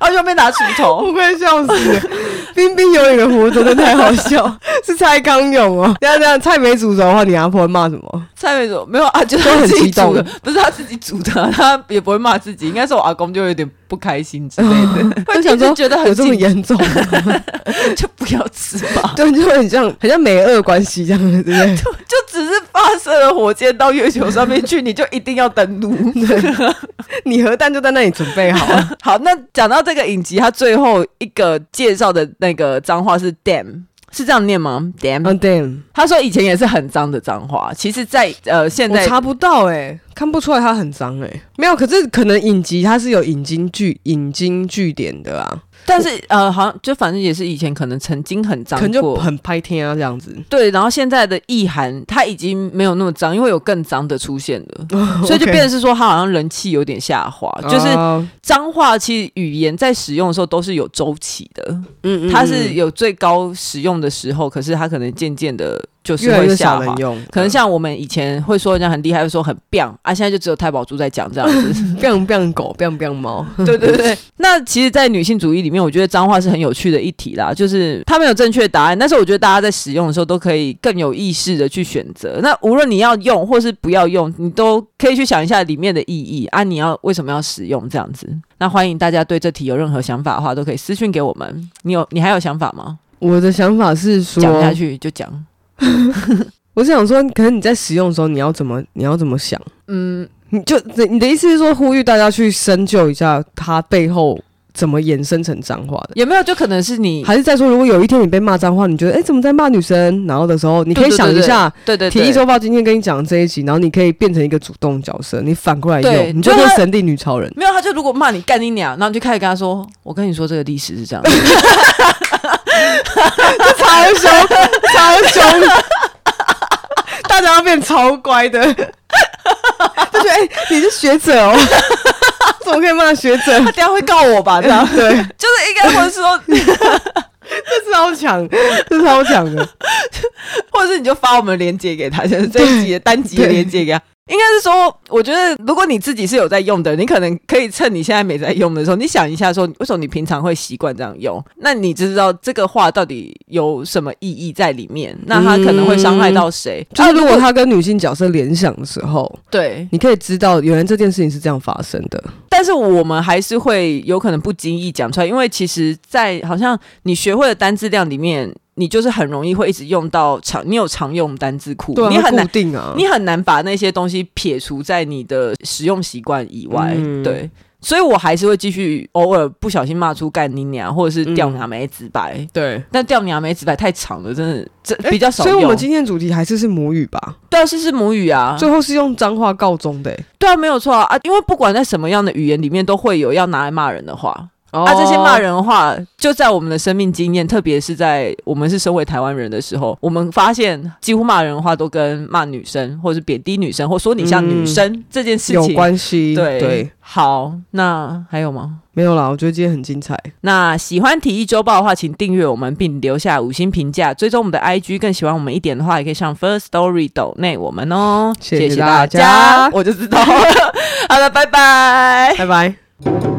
[SPEAKER 1] 然后就被拿锄头
[SPEAKER 2] 哦我。快笑死了！ 彬彬有礼的活着真的太好笑， 是蔡康永哦。等一下等一下，菜没煮熟的话，你阿婆会骂什么？
[SPEAKER 1] 菜没煮没有啊，就是
[SPEAKER 2] 都
[SPEAKER 1] 他
[SPEAKER 2] 很
[SPEAKER 1] 自己
[SPEAKER 2] 激动
[SPEAKER 1] 煮的，不是他自己煮的啊，他也不会骂自己。应该是我阿公就有点不开心之类 的，会
[SPEAKER 2] 就想
[SPEAKER 1] 一直
[SPEAKER 2] 说
[SPEAKER 1] 觉得
[SPEAKER 2] 有
[SPEAKER 1] 很
[SPEAKER 2] 这么
[SPEAKER 1] 紧
[SPEAKER 2] 严重吗？
[SPEAKER 1] 就不要吃吧。
[SPEAKER 2] 对，就很像很像美俄关系这样，对不对？
[SPEAKER 1] 就只是发射了火箭到月球上面去，你就一定要登 陆。
[SPEAKER 2] 你核弹就在那里准备好啊 了。
[SPEAKER 1] 好，那讲到这个影集，它最后一个介绍的那个脏话是 “damn”，是这样念吗
[SPEAKER 2] 啊、
[SPEAKER 1] ？“damn”，、
[SPEAKER 2] damn，
[SPEAKER 1] 他说以前也是很脏的脏话，其实在，呃现
[SPEAKER 2] 我
[SPEAKER 1] 在
[SPEAKER 2] 查不到哎、看不出来它很脏哎、没有，可是可能影集它是有引经据引经据典的啊，
[SPEAKER 1] 但是呃好像就反正也是以前可能曾经很脏
[SPEAKER 2] 可能就
[SPEAKER 1] 过。
[SPEAKER 2] 很拍天啊这样 子，
[SPEAKER 1] 对，然后现在的意涵，它已经没有那么脏，因为有更脏的出现 了，
[SPEAKER 2] Oh,
[SPEAKER 1] 所以就
[SPEAKER 2] OK
[SPEAKER 1] 变成是说，它好像人气有点下滑。就是
[SPEAKER 2] 哦
[SPEAKER 1] 脏话，其实语言在使用的时候都是有周期的，
[SPEAKER 2] 嗯
[SPEAKER 1] 它是有最高使用的时候，可是它可能渐渐的就是
[SPEAKER 2] 越来
[SPEAKER 1] 会
[SPEAKER 2] 越
[SPEAKER 1] 下
[SPEAKER 2] 少
[SPEAKER 1] 滑
[SPEAKER 2] 人。用，
[SPEAKER 1] 可能像我们以前会说人家很厉害，会说很 biang 啊，现在就只有太宝珠在讲这样 子。
[SPEAKER 2] biang biang 狗 biang biang 猫，
[SPEAKER 1] 对对对。那其实，在女性主义里面，我觉得脏话是很有趣的一题啦，就是它没有正确答案，但是我觉得大家在使用的时候都可以更有意识的去选择。那无论你要用或是不要用，你都可以去想一下里面的意义啊，你要为什么要使用这样子。那欢迎大家对这题有任何想法的话，都可以私讯给我们。你有你还有想法吗？
[SPEAKER 2] 我的想法是说，
[SPEAKER 1] 讲下去就讲。
[SPEAKER 2] 我是想说，可能你在使用的时候，你要怎么你要怎么想？
[SPEAKER 1] 嗯，
[SPEAKER 2] 你就你你的意思是说，呼吁大家去深究一下它背后怎么衍生成脏话的？
[SPEAKER 1] 有没有就可能是你
[SPEAKER 2] 还是再说，如果有一天你被骂脏话，你觉得哎、诶怎么在骂女生？然后的时候，你可以想一下，
[SPEAKER 1] 对对对对
[SPEAKER 2] 体育周报今天跟你讲这一集，然后你可以变成一个主动角色，你反过来
[SPEAKER 1] 对
[SPEAKER 2] 用，你就
[SPEAKER 1] 就是他
[SPEAKER 2] 神力女超人。
[SPEAKER 1] 没有，他就如果骂你干你娘，然后你就开始跟他说：“我跟你说，这个历史是这样的。
[SPEAKER 2] 超凶， 超凶，大家要变超乖的，就觉得哎、诶你是学者 哦，怎么可以骂学者？
[SPEAKER 1] 他 等一下会告我吧？”这样
[SPEAKER 2] 对，
[SPEAKER 1] 就是应该或者是说，
[SPEAKER 2] 这超强，这 超强的。
[SPEAKER 1] 或者是你就发我们链接给他，就是这一集的单集的链接给他。应该是说，我觉得如果你自己是有在用的，你可能可以趁你现在没在用的时候，你想一下说，为什么你平常会习惯这样用？那你就知道这个话到底有什么意义在里面？那它可能会伤害到谁？啊
[SPEAKER 2] 就是如果他跟女性角色联想的时候，
[SPEAKER 1] 对，
[SPEAKER 2] 你可以知道原来这件事情是这样发生的。
[SPEAKER 1] 但是我们还是会有可能不经意讲出来，因为其实，在好像你学会的单字量里面。你就是很容易会一直用到常，你有常用单字库，
[SPEAKER 2] 对啊、
[SPEAKER 1] 你很难
[SPEAKER 2] 固定啊，
[SPEAKER 1] 你很难把那些东西撇除在你的使用习惯以外，
[SPEAKER 2] 嗯
[SPEAKER 1] 对。所以我还是会继续偶尔不小心骂出干你娘，或者是掉娘没直白。
[SPEAKER 2] 对。
[SPEAKER 1] 但掉娘没直白太长了，真的这
[SPEAKER 2] 诶
[SPEAKER 1] 比较少
[SPEAKER 2] 所以
[SPEAKER 1] 用。
[SPEAKER 2] 我们今天的主题还是是母语吧，
[SPEAKER 1] 对啊，是是母语啊，
[SPEAKER 2] 最后是用脏话告终的、欸。
[SPEAKER 1] 对啊，没有错啊啊，因为不管在什么样的语言里面，都会有要拿来骂人的话。
[SPEAKER 2] 哦
[SPEAKER 1] 啊，这些骂人的话，就在我们的生命经验，特别是在我们是身为台湾人的时候，我们发现几乎骂人的话都跟骂女生，或者是贬低女生，或说你像女生、这件事情
[SPEAKER 2] 嗯有关系，
[SPEAKER 1] 对
[SPEAKER 2] 对，
[SPEAKER 1] 好，那还有吗？
[SPEAKER 2] 没有啦，我觉得今天很精彩。
[SPEAKER 1] 那喜欢体育周报的话，请订阅我们并留下五星评价，追踪我们的 IG。更喜欢我们一点的话，也可以上 First Story 抖内我们哦。
[SPEAKER 2] 谢谢
[SPEAKER 1] 大
[SPEAKER 2] 大家
[SPEAKER 1] 我就知道。好了，拜拜。
[SPEAKER 2] 拜拜。